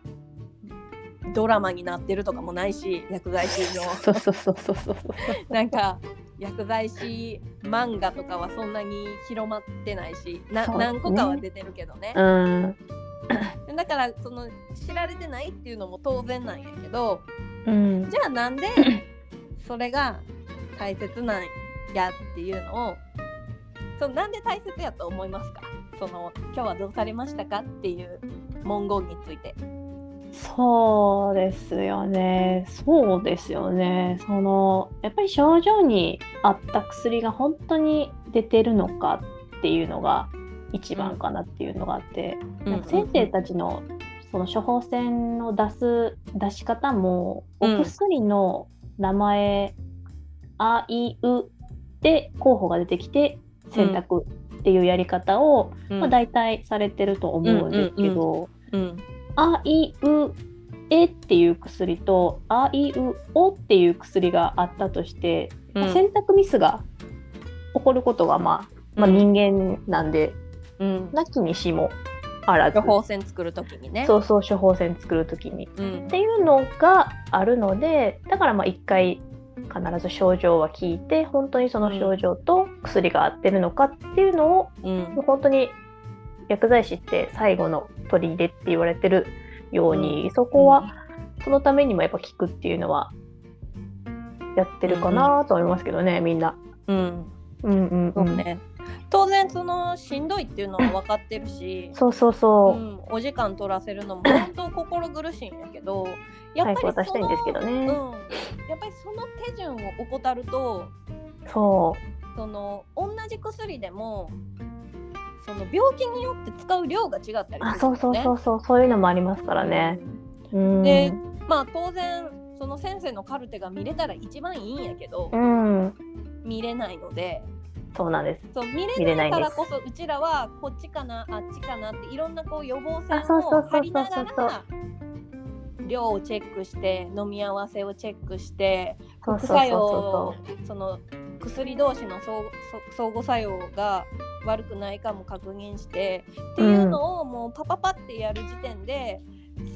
Speaker 1: ドラマになってるとかもないし薬剤師
Speaker 2: <laughs>
Speaker 1: の
Speaker 2: そうそうそうそうそうそう。
Speaker 1: なんか薬剤師漫画とかはそんなに広まってないしな、
Speaker 2: そうですね
Speaker 1: 何個かは出てるけどね、
Speaker 2: うん
Speaker 1: だからその知られてないっていうのも当然なんやけど
Speaker 2: うん
Speaker 1: じゃあなんでそれが大切なんやっていうのをそのなんで大切やと思いますかその今日はどうされましたかっていう文言について。
Speaker 2: そうですよね。そうですよね。そのやっぱり症状に合った薬が本当に出てるのかっていうのが一番かなっていうのがあって、なんか先生たちのその処方箋の出す出し方もお
Speaker 1: うん
Speaker 2: 薬の名前、あいうで候補が出てきて選択っていうやり方を、
Speaker 1: うん
Speaker 2: まあ、大体されてると思うんですけど。
Speaker 1: うんうんうん
Speaker 2: あいうえっていう薬とあいうおっていう薬があったとして、
Speaker 1: うん
Speaker 2: 選択ミスが起こることが、まあ、まあ人間なんで、
Speaker 1: うん
Speaker 2: なきにしもあらず
Speaker 1: 処方箋作るときにね。
Speaker 2: そうそう処方箋作る時に。っ
Speaker 1: うん
Speaker 2: ていうのがあるのでだからまあ一回必ず症状は聞いて本当にその症状と薬が合ってるのかっていうのを
Speaker 1: うん
Speaker 2: もう本当に薬剤師って最後の取り入れって言われてるよう
Speaker 1: う
Speaker 2: に、
Speaker 1: ん
Speaker 2: そこはそのためにもやっぱ聞くっていうのはやってるかなと思いますけどね、みんな。
Speaker 1: うん
Speaker 2: うんうん、
Speaker 1: そううんね当然そのしんどいっていうのは分かってるし、
Speaker 2: そうそうそうう、
Speaker 1: ん、お時間取らせるのも本当心苦しいんやけどやっぱ
Speaker 2: 早
Speaker 1: り
Speaker 2: く渡したいんですけど
Speaker 1: うん、
Speaker 2: ね。
Speaker 1: やっぱりその手順を怠ると
Speaker 2: そ
Speaker 1: その同じ薬でもその病気によって使う量が違ったり
Speaker 2: う、あ、
Speaker 1: する
Speaker 2: そ
Speaker 1: ん
Speaker 2: う
Speaker 1: です
Speaker 2: そ
Speaker 1: ね
Speaker 2: うそうそう、そういうのもありますからね。うん、
Speaker 1: でまあ当然その先生のカルテが見れたら一番いいんやけど
Speaker 2: うん、
Speaker 1: 見れないので
Speaker 2: そうなんです。
Speaker 1: そう見
Speaker 2: 見
Speaker 1: れ
Speaker 2: れ
Speaker 1: な
Speaker 2: ないい
Speaker 1: か
Speaker 2: です
Speaker 1: らこそうちらはこっちかなあっちかなっていろんなこう予防線
Speaker 2: あそうそう
Speaker 1: を
Speaker 2: そうそうそ
Speaker 1: 張
Speaker 2: う
Speaker 1: りながら量をチェックして飲み合わせをチェックして
Speaker 2: そう
Speaker 1: 副
Speaker 2: そうそ
Speaker 1: 作
Speaker 2: う
Speaker 1: 用
Speaker 2: そう
Speaker 1: その薬同士の相そ相互作用が悪くないかも確認してっていうのをもうパパパってやる時点で、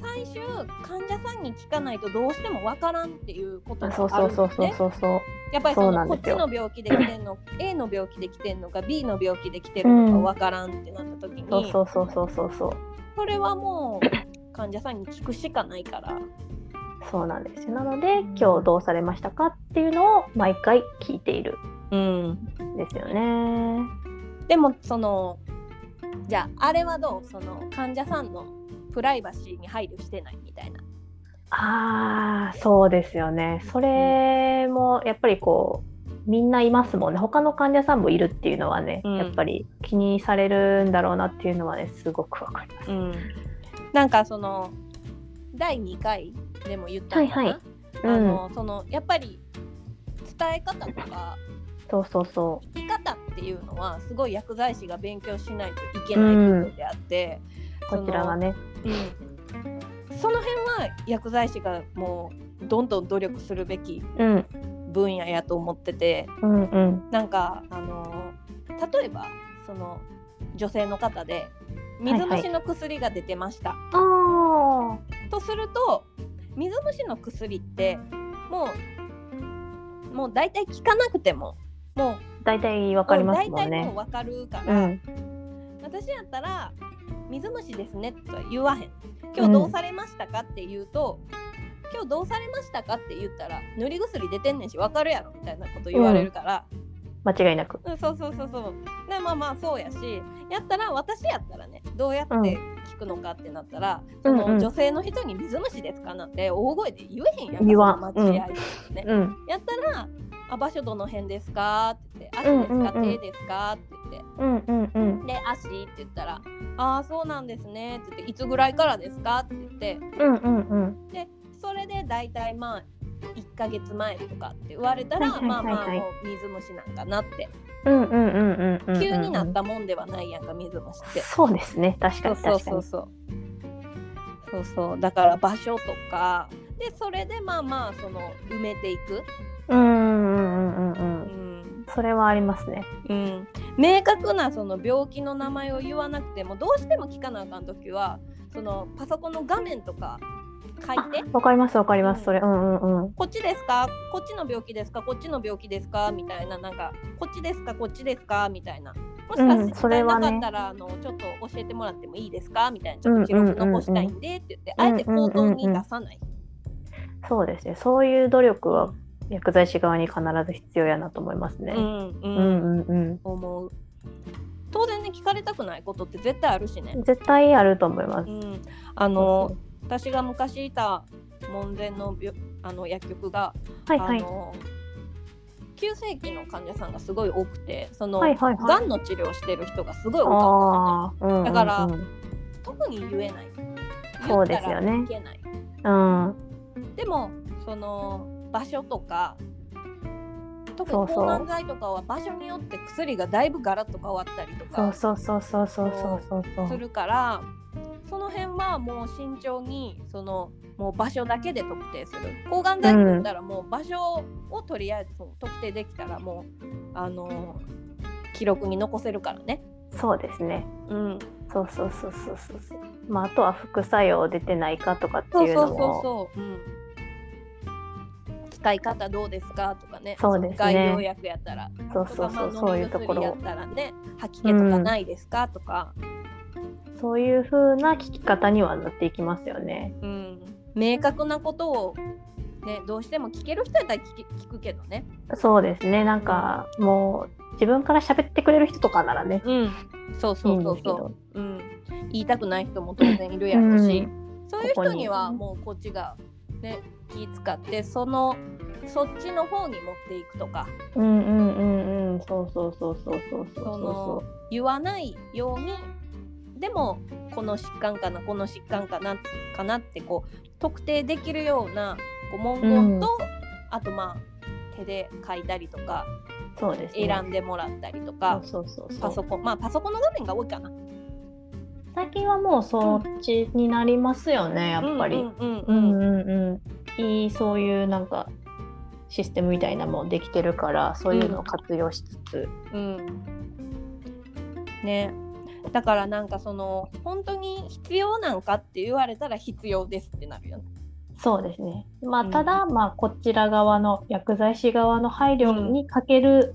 Speaker 1: 最終患者さんに聞かないとどうしてもわからんっていうこと
Speaker 2: あ
Speaker 1: が
Speaker 2: そう
Speaker 1: あ
Speaker 2: そ
Speaker 1: る
Speaker 2: うんそ
Speaker 1: で
Speaker 2: う
Speaker 1: す
Speaker 2: そう
Speaker 1: ね。
Speaker 2: そうそう。
Speaker 1: やっぱり
Speaker 2: そ
Speaker 1: そう
Speaker 2: な
Speaker 1: の
Speaker 2: ん
Speaker 1: こ
Speaker 2: で
Speaker 1: っ
Speaker 2: す
Speaker 1: ち
Speaker 2: よ
Speaker 1: の病気で来て
Speaker 2: <laughs>
Speaker 1: んの A の病気で来てんのか B の病気で来てるのかわからんってなった時に、
Speaker 2: そうそうそうそうそうそう。
Speaker 1: それはもう患者さんに聞くしかないから。
Speaker 2: そうなんですよなので今日どうされましたかっていうのを毎回聞いている
Speaker 1: うん、
Speaker 2: んですよね。
Speaker 1: でもそのじゃああれはどうその患者さんのプライバシーに配慮してないみたいな。
Speaker 2: ああそうですよね。それもやっぱりこうみんないますもんね他の患者さんもいるっていうのはね、
Speaker 1: うん
Speaker 2: やっぱり気にされるんだろうなっていうのはねすごくわかります。
Speaker 1: うん、なんかその第2回でも言ったのかな、
Speaker 2: はいはい
Speaker 1: あ
Speaker 2: うん
Speaker 1: のそのやっぱり伝え方とか
Speaker 2: そうそうそ
Speaker 1: 生き方っていうのはすごい薬剤師が勉強しないといけないことであって、
Speaker 2: うこちらがね
Speaker 1: その,うん、その辺は薬剤師がもうどんどん努力するべき
Speaker 2: うん
Speaker 1: 分野やと思ってて
Speaker 2: うんうん
Speaker 1: なんかあの例えばその女性の方で水虫の薬が出てました。
Speaker 2: ああ
Speaker 1: とすると水虫の薬ってもうもう大体効かなくてももう
Speaker 2: 大体わかりますもん
Speaker 1: うん大体
Speaker 2: ね
Speaker 1: もう。分かるか
Speaker 2: う
Speaker 1: ら、
Speaker 2: ん
Speaker 1: 私やったら「水虫ですね」とは言わへん「今日どうされましたか?」って言うと「今日どうされましたか?」って言ったら「塗り薬出てんねんし分かるやろ」みたいなこと言われるから、
Speaker 2: 間違いなく。
Speaker 1: うん、そうそうそうそうでまあまあそうやしやったら私やったらねどうやって聞くのかってなったら、
Speaker 2: うん
Speaker 1: そ
Speaker 2: うんう
Speaker 1: の
Speaker 2: ん
Speaker 1: 女性の人に「水虫ですか?」なんて大声で言えへんやん
Speaker 2: 言わん
Speaker 1: その待ち合いとかね、
Speaker 2: うん
Speaker 1: やったら「あ場所どの辺ですか?」って言って「
Speaker 2: うん
Speaker 1: 足ですか、
Speaker 2: うんう
Speaker 1: 手
Speaker 2: ん
Speaker 1: ですか?」って言って。
Speaker 2: うんうんうん
Speaker 1: で足って言ったら「ああそうなんですね」って言って「いつぐらいからですか?」って言って
Speaker 2: うんうんうん
Speaker 1: でそれで大体まあ1ヶ月前とかって言われたら、
Speaker 2: はいはいはいはい
Speaker 1: まあまあもう水虫なんかなって、
Speaker 2: うんうんうんうんうん。
Speaker 1: 急になったもんではないやんか水虫って。
Speaker 2: そうですね確か
Speaker 1: そう
Speaker 2: に
Speaker 1: そう
Speaker 2: 確か
Speaker 1: そうそうそ
Speaker 2: に。
Speaker 1: うそうだから場所とかでそれでまあまあその埋めていく、
Speaker 2: うんうんうんう
Speaker 1: うん
Speaker 2: うん。
Speaker 1: ん
Speaker 2: それはありますね。
Speaker 1: うん、明確なその病気の名前を言わなくてもどうしても聞かなあかん時はそのパソコンの画面とか書い
Speaker 2: あ
Speaker 1: て
Speaker 2: わかりますわかりま
Speaker 1: うん
Speaker 2: すそれうんうんうん。
Speaker 1: こっちですかこっちの病気ですかこっちの病気ですかみたいななんかこっちですかこっちですかみたいなもし
Speaker 2: うん
Speaker 1: かし
Speaker 2: そ
Speaker 1: た
Speaker 2: れ
Speaker 1: ら
Speaker 2: は
Speaker 1: な
Speaker 2: ね
Speaker 1: かったら、あのちょっと教えてもらってもいいですかみたいなちょっと記録残したいんでって言って、
Speaker 2: うんうんうんうん
Speaker 1: あえて行動に出さない、
Speaker 2: そうですねそういう努力は薬剤師側に必ず必要やなと思いますね。
Speaker 1: うんう
Speaker 2: うんんうん
Speaker 1: 思う当然ね聞かれたくないことって絶対あるしね
Speaker 2: う、ん。絶対あると思います
Speaker 1: う。ん、あの私が昔いた門前の病あの薬局が、
Speaker 2: はいはい
Speaker 1: あ。の急性期の患者さんがすごい多くてその、
Speaker 2: はいはいはい
Speaker 1: がんの治療してる人がすごい多かっ
Speaker 2: ああ、うんうんうん
Speaker 1: だからたのね特に言えない
Speaker 2: そうですよね
Speaker 1: 言ったらいけない
Speaker 2: うん、
Speaker 1: でもその場所とか特
Speaker 2: そう
Speaker 1: に
Speaker 2: そう
Speaker 1: 抗がん剤とかは場所によって薬がだいぶガラッと変わったりと
Speaker 2: そう
Speaker 1: か
Speaker 2: そうそうそうそうそうそうそ
Speaker 1: す
Speaker 2: う。
Speaker 1: るからその辺はもう慎重にそのもう場所だけで特定する抗がん剤って言ったらもう場所をとりあえず特定できたらもうあの記録に残せるからね。
Speaker 2: そうですね。
Speaker 1: うん、
Speaker 2: そうそうそうそうそうそう。まああとは副作用出てないかとかって
Speaker 1: そう
Speaker 2: い
Speaker 1: そううそう
Speaker 2: のも
Speaker 1: そう、うん、使い方どうですかとかね
Speaker 2: そうですね
Speaker 1: 外用薬やったら
Speaker 2: そう
Speaker 1: と
Speaker 2: そ
Speaker 1: か
Speaker 2: うそ
Speaker 1: ま
Speaker 2: う
Speaker 1: あ
Speaker 2: そ
Speaker 1: 飲
Speaker 2: うい
Speaker 1: み
Speaker 2: うとこ
Speaker 1: 薬や
Speaker 2: ろ
Speaker 1: ったらね吐き気とかないですか、とか、
Speaker 2: そういう風な聞き方にはなっていきますよね。
Speaker 1: うん、明確なことを、ね、どうしても聞ける人やったら聞き聞くけどね。
Speaker 2: そうですね。なんかもう自分から喋ってくれる人とかならね。
Speaker 1: うん、そう
Speaker 2: い
Speaker 1: そ
Speaker 2: い
Speaker 1: うんそ
Speaker 2: で
Speaker 1: う
Speaker 2: すけ
Speaker 1: そ
Speaker 2: ど。
Speaker 1: う、うん、言いたくない人も当然いるやろうし、そういう
Speaker 2: ここ
Speaker 1: 人
Speaker 2: に
Speaker 1: にはもうこっちが、ね、気使ってそのそっちの方に持っていくとか
Speaker 2: うんうんうんうん。そうそうそうそうそうそ
Speaker 1: そ
Speaker 2: うそ
Speaker 1: の言わないようにでもこの疾患かなこの疾患かなかなってこう特定できるようなこう文言と、あとまあ手で書いたりとか
Speaker 2: う。そうですね。
Speaker 1: 選んでもらったりと
Speaker 2: そう
Speaker 1: か、
Speaker 2: そうそうそう
Speaker 1: パ。ソコンまあパソコンの画面が多いかな。
Speaker 2: 最近はもうそっちになりますよね、やっぱり。
Speaker 1: うんうんううん
Speaker 2: うんんうんうん、いいそういうなんかシステムみたいなのもできてるからそういうのを活用しつつ、
Speaker 1: うん、ねだからなんかその本当に必要なんかって言われたら必要ですってなるよね。
Speaker 2: そうですねまあ
Speaker 1: うん
Speaker 2: ただ、まあこちら側の薬剤師側の配慮に欠ける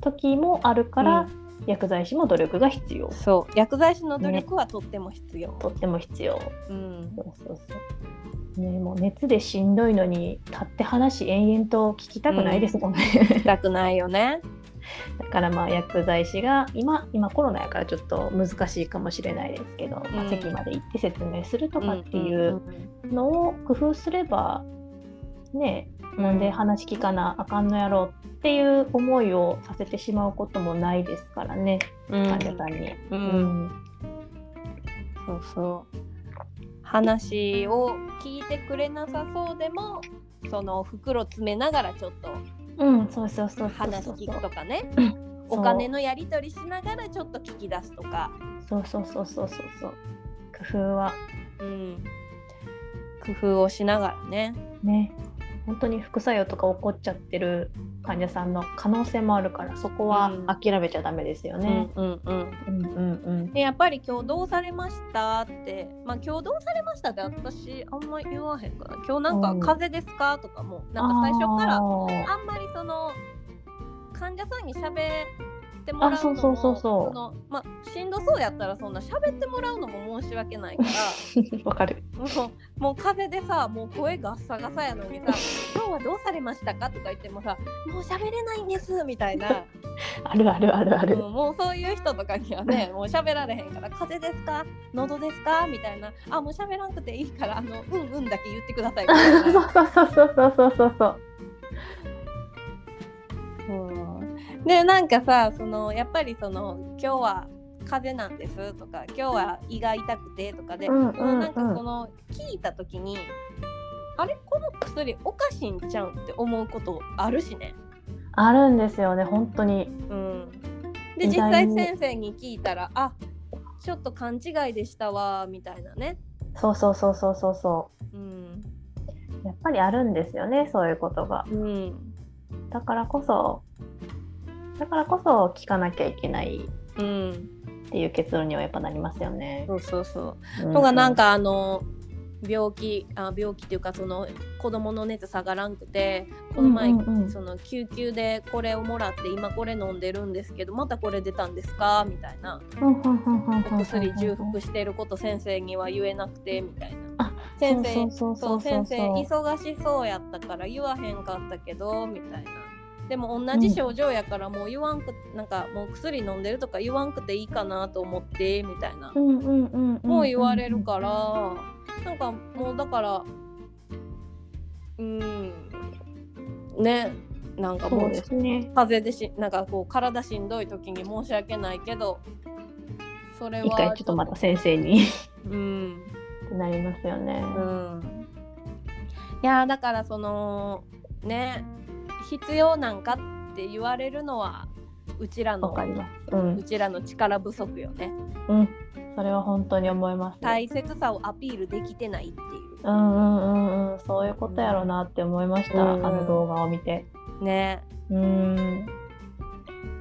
Speaker 2: 時もあるから、薬剤師も努力が必要
Speaker 1: そう薬剤師の努力はとっても必要。
Speaker 2: とっても必要
Speaker 1: うん
Speaker 2: そうそうそうねもう熱でしんどいのに立って話延々と聞きたくないですもんね、
Speaker 1: したくないよね。
Speaker 2: <laughs> だからまあ薬剤師が今今コロナやからちょっと難しいかもしれないですけど、ま
Speaker 1: う
Speaker 2: あ、
Speaker 1: ん
Speaker 2: 席まで行って説明すると
Speaker 1: と
Speaker 2: かっていうのを工夫すればね
Speaker 1: うん
Speaker 2: なんで話聞かなあかんのやろっていう思いをさせてしまうこともないですからね
Speaker 1: うん
Speaker 2: 患者さんに。
Speaker 1: う
Speaker 2: うんん
Speaker 1: そうそう話を聞いてくれなさそうでもその袋詰めながらちょっと
Speaker 2: うん、そうそうそうそう
Speaker 1: 話
Speaker 2: そう
Speaker 1: 聞くとかね
Speaker 2: そう
Speaker 1: お金のやり取りしながらちょっと聞き出すとか、
Speaker 2: そうそうそうそうそうそう工夫は
Speaker 1: うん、工夫をしながらね。
Speaker 2: ね本当に副作用とか起こっちゃってる患者さんの可能性もあるからそこは諦めちゃダメですよね。
Speaker 1: うんうんうん
Speaker 2: うんうん
Speaker 1: でやっぱり共同されましたってまあ共同されましたって私あんま言わへんから今日なんか
Speaker 2: うん
Speaker 1: 風邪ですかとかも
Speaker 2: うん、
Speaker 1: なんか最初から
Speaker 2: あ
Speaker 1: あんまりその患者さんに喋ってもらうのも
Speaker 2: あそうそうそうそう
Speaker 1: のまあしんどそうやったらそんな喋ってもらうのも申し訳
Speaker 2: <laughs>
Speaker 1: ないから
Speaker 2: ーわかる。
Speaker 1: もうもう風邪でさもう声がッサガサやのにさ「今日はどうされましたか?」とか言ってもさ「もう喋れないんです」みたいな。
Speaker 2: あるあるあるある。
Speaker 1: うんもうそういう人とかにはねもう喋られへんから「風邪ですか喉ですか?」みたいな「あもう喋らんくていいからあのうんうん」だけ言ってくださいみたい
Speaker 2: そ
Speaker 1: な、
Speaker 2: うそうそうそうそうそうそう。
Speaker 1: うん、でなんかさそのやっぱりその「今日は風邪なんです」とか「今日は胃が痛くて」とかで、
Speaker 2: うんうんうん
Speaker 1: そのなんかその聞いた時に「あれこの薬おかしいんちゃうん?」って思うことあるしね。
Speaker 2: あるんですよね本当に。
Speaker 1: うん、で
Speaker 2: 意
Speaker 1: 実
Speaker 2: 外
Speaker 1: 際
Speaker 2: に
Speaker 1: 先生に聞いたら「あちょっと勘違いでしたわ」みたいなね。
Speaker 2: そうそうそうそうそうそ
Speaker 1: うん
Speaker 2: う。やっぱりあるんですよねそういうことが。
Speaker 1: うん
Speaker 2: だからこそだからこそ聞かなきゃいけない
Speaker 1: うん、
Speaker 2: っていう結論にはやっぱなりますよね。
Speaker 1: そうそうそう。
Speaker 2: うう
Speaker 1: とかなんかあの病気あ病気っていうかその子供の熱下がらんくてこの前、
Speaker 2: うんうんうん
Speaker 1: その救急でこれをもらって今これ飲んでるんですけどまたこれ出たんですかみたいなお薬重複してること先生には言えなくてみたいな
Speaker 2: あ
Speaker 1: 先生
Speaker 2: そ
Speaker 1: そ
Speaker 2: うそうう
Speaker 1: 先生
Speaker 2: そう
Speaker 1: 忙しそうやったから言わへんかったけどみたいなでも同じ症状やからもう言わんく、なんかもう薬飲んでるとか言わんくていいかなと思ってみたいな、
Speaker 2: うんうんうんうん
Speaker 1: もう言われるから、なんかもうだからうんねなんかも
Speaker 2: そう
Speaker 1: う
Speaker 2: ですね
Speaker 1: 風邪でしなんかこう体しんどい時に申し訳ないけどそれは
Speaker 2: 一回ちょっとまた先生に <laughs>
Speaker 1: うん
Speaker 2: なりますよね、
Speaker 1: うんいやーだからそのね必要なんかって言われるのはうちら
Speaker 2: わ
Speaker 1: の
Speaker 2: かりますうん
Speaker 1: うちらの力不足よね
Speaker 2: うんそれは本当に思います
Speaker 1: 大切さをアピールできてないっていう
Speaker 2: うんうんうんうんそういうことやろなって思いました、
Speaker 1: うん
Speaker 2: あの動画を見て <laughs>
Speaker 1: ね
Speaker 2: うん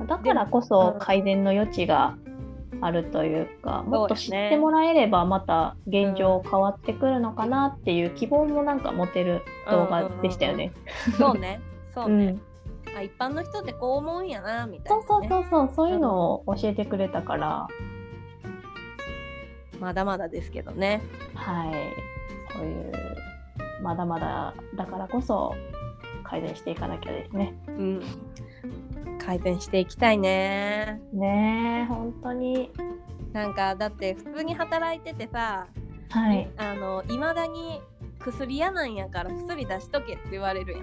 Speaker 2: だからこそ
Speaker 1: うん
Speaker 2: 改善の余地があるというか、も
Speaker 1: そ
Speaker 2: っと
Speaker 1: うで
Speaker 2: 知
Speaker 1: す
Speaker 2: っ
Speaker 1: ね
Speaker 2: てもらえればまた現状変わってくるのかなっていう希望もなんか持てる動画でしたよね。
Speaker 1: そうねそう
Speaker 2: う
Speaker 1: ね、
Speaker 2: ん、
Speaker 1: あ一般の人ってこう思うんやなみたい
Speaker 2: そ
Speaker 1: な、
Speaker 2: う
Speaker 1: ね、
Speaker 2: そうそうそうそういうのを教えてくれたから、
Speaker 1: まだまだですけどね
Speaker 2: はい、そういうまだまだだからこそ改善していかなきゃですね。
Speaker 1: うん改善していきたいね
Speaker 2: ねえ本当に
Speaker 1: なんかだって普通に働いててさ
Speaker 2: はい、
Speaker 1: あのいまだに薬嫌なんやから薬出しとけって言われるやん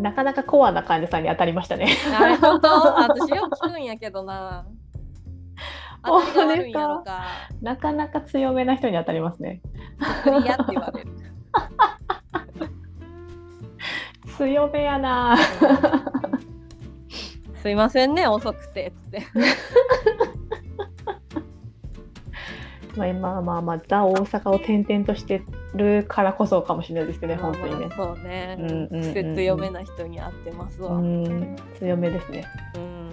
Speaker 2: なかなかコアな患者さんに当たりましたね。
Speaker 1: <laughs> あれ本当私よく聞くんやけどな
Speaker 2: ほん
Speaker 1: 私
Speaker 2: まで
Speaker 1: が悪い
Speaker 2: すか
Speaker 1: んやろか
Speaker 2: なかなか強めな人に当たりますね。
Speaker 1: 薬嫌って言われる
Speaker 2: 強めやな。
Speaker 1: すいませんね遅くてっつって
Speaker 2: まあまあまあまあザ大阪を転々としてるからこそかもしれないですけどね、本当にね
Speaker 1: ま。あまあそうね
Speaker 2: うんうんうんうん
Speaker 1: 癖強めな人に会ってますわ、
Speaker 2: うん、強めですね。
Speaker 1: うん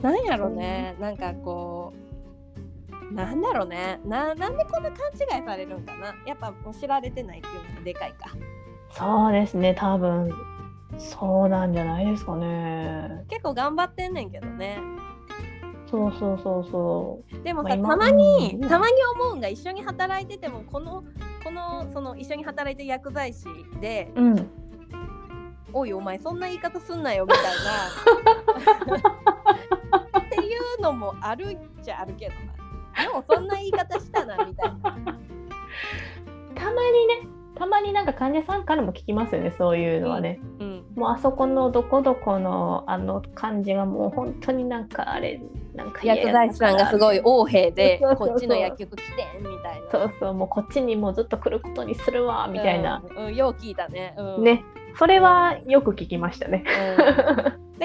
Speaker 1: なんやろねなんかこうなんだろうねななんでこんな勘違いされるんかなやっぱもう知られてないっていうのがでかいか
Speaker 2: そうですね、多分そうなんじゃないですかね。
Speaker 1: 結構頑張ってんねんけどね
Speaker 2: そうそうそうそ
Speaker 1: でも
Speaker 2: まあ
Speaker 1: さ、
Speaker 2: 今
Speaker 1: たまに
Speaker 2: うん
Speaker 1: たまに思うんが一緒に働いててもこのこのその一緒に働いてる薬剤師で
Speaker 2: う。うん。
Speaker 1: 「おいお前そんな言い方すんなよ」みたい
Speaker 2: <laughs>
Speaker 1: なっていうのもあるっちゃあるけどなでもそんな言い方したなみたいな。
Speaker 2: たまにね、たまになんか患者さんからも聞きますよね、そういうのはね。
Speaker 1: うん
Speaker 2: もうあそこのどこどこのあの感じがもう本当になんかあれ、なんか嫌や
Speaker 1: 薬剤師さんがすごい横兵で
Speaker 2: そうそう
Speaker 1: こ
Speaker 2: そう
Speaker 1: っちの薬局来てんみたいな
Speaker 2: そうそう、もうこっちにもうずっと来ることにするわみたいな。、
Speaker 1: うんうんよう聞いたね,、うん、
Speaker 2: ね、それはよく聞きましたね <laughs>
Speaker 1: う。んだ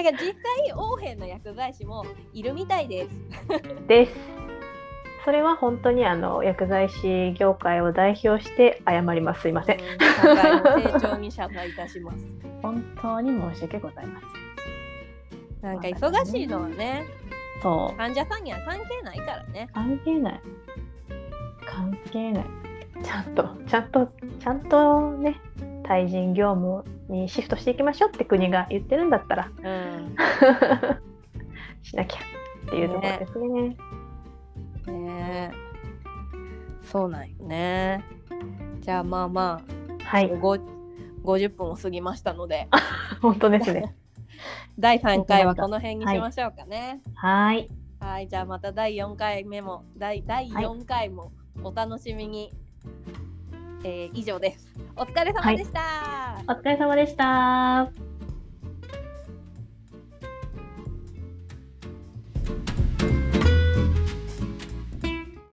Speaker 1: から実際横兵の薬剤師もいるみたいです
Speaker 2: です。それは本当にあの薬剤師業界を代表して謝ります。すいません。
Speaker 1: うん社会の成長に謝罪いたします。
Speaker 2: 本当に申し訳ございませ
Speaker 1: <laughs>
Speaker 2: ん。
Speaker 1: なんか忙しいのはね、
Speaker 2: そう。
Speaker 1: 患者さんには関係ないからね。
Speaker 2: 関係ない。関係ない。ちゃんと、ちゃんと、ちゃんとね、対人業務にシフトしていきましょうって国が言ってるんだったら、
Speaker 1: う
Speaker 2: しなきゃっていうところですね。
Speaker 1: ん。ねえそうなんよね。じゃあまあま
Speaker 2: は
Speaker 1: あ、
Speaker 2: い、
Speaker 1: ご50分を過ぎましたので、
Speaker 2: 本当です <laughs> ね。
Speaker 1: 第3回はこの辺にしましょうかね。
Speaker 2: はい。
Speaker 1: はい、じゃあまた第4回目も、第第
Speaker 2: はい
Speaker 1: 4回もお楽しみに。えー以上です。お疲れ様でした。
Speaker 2: お疲れ様でした。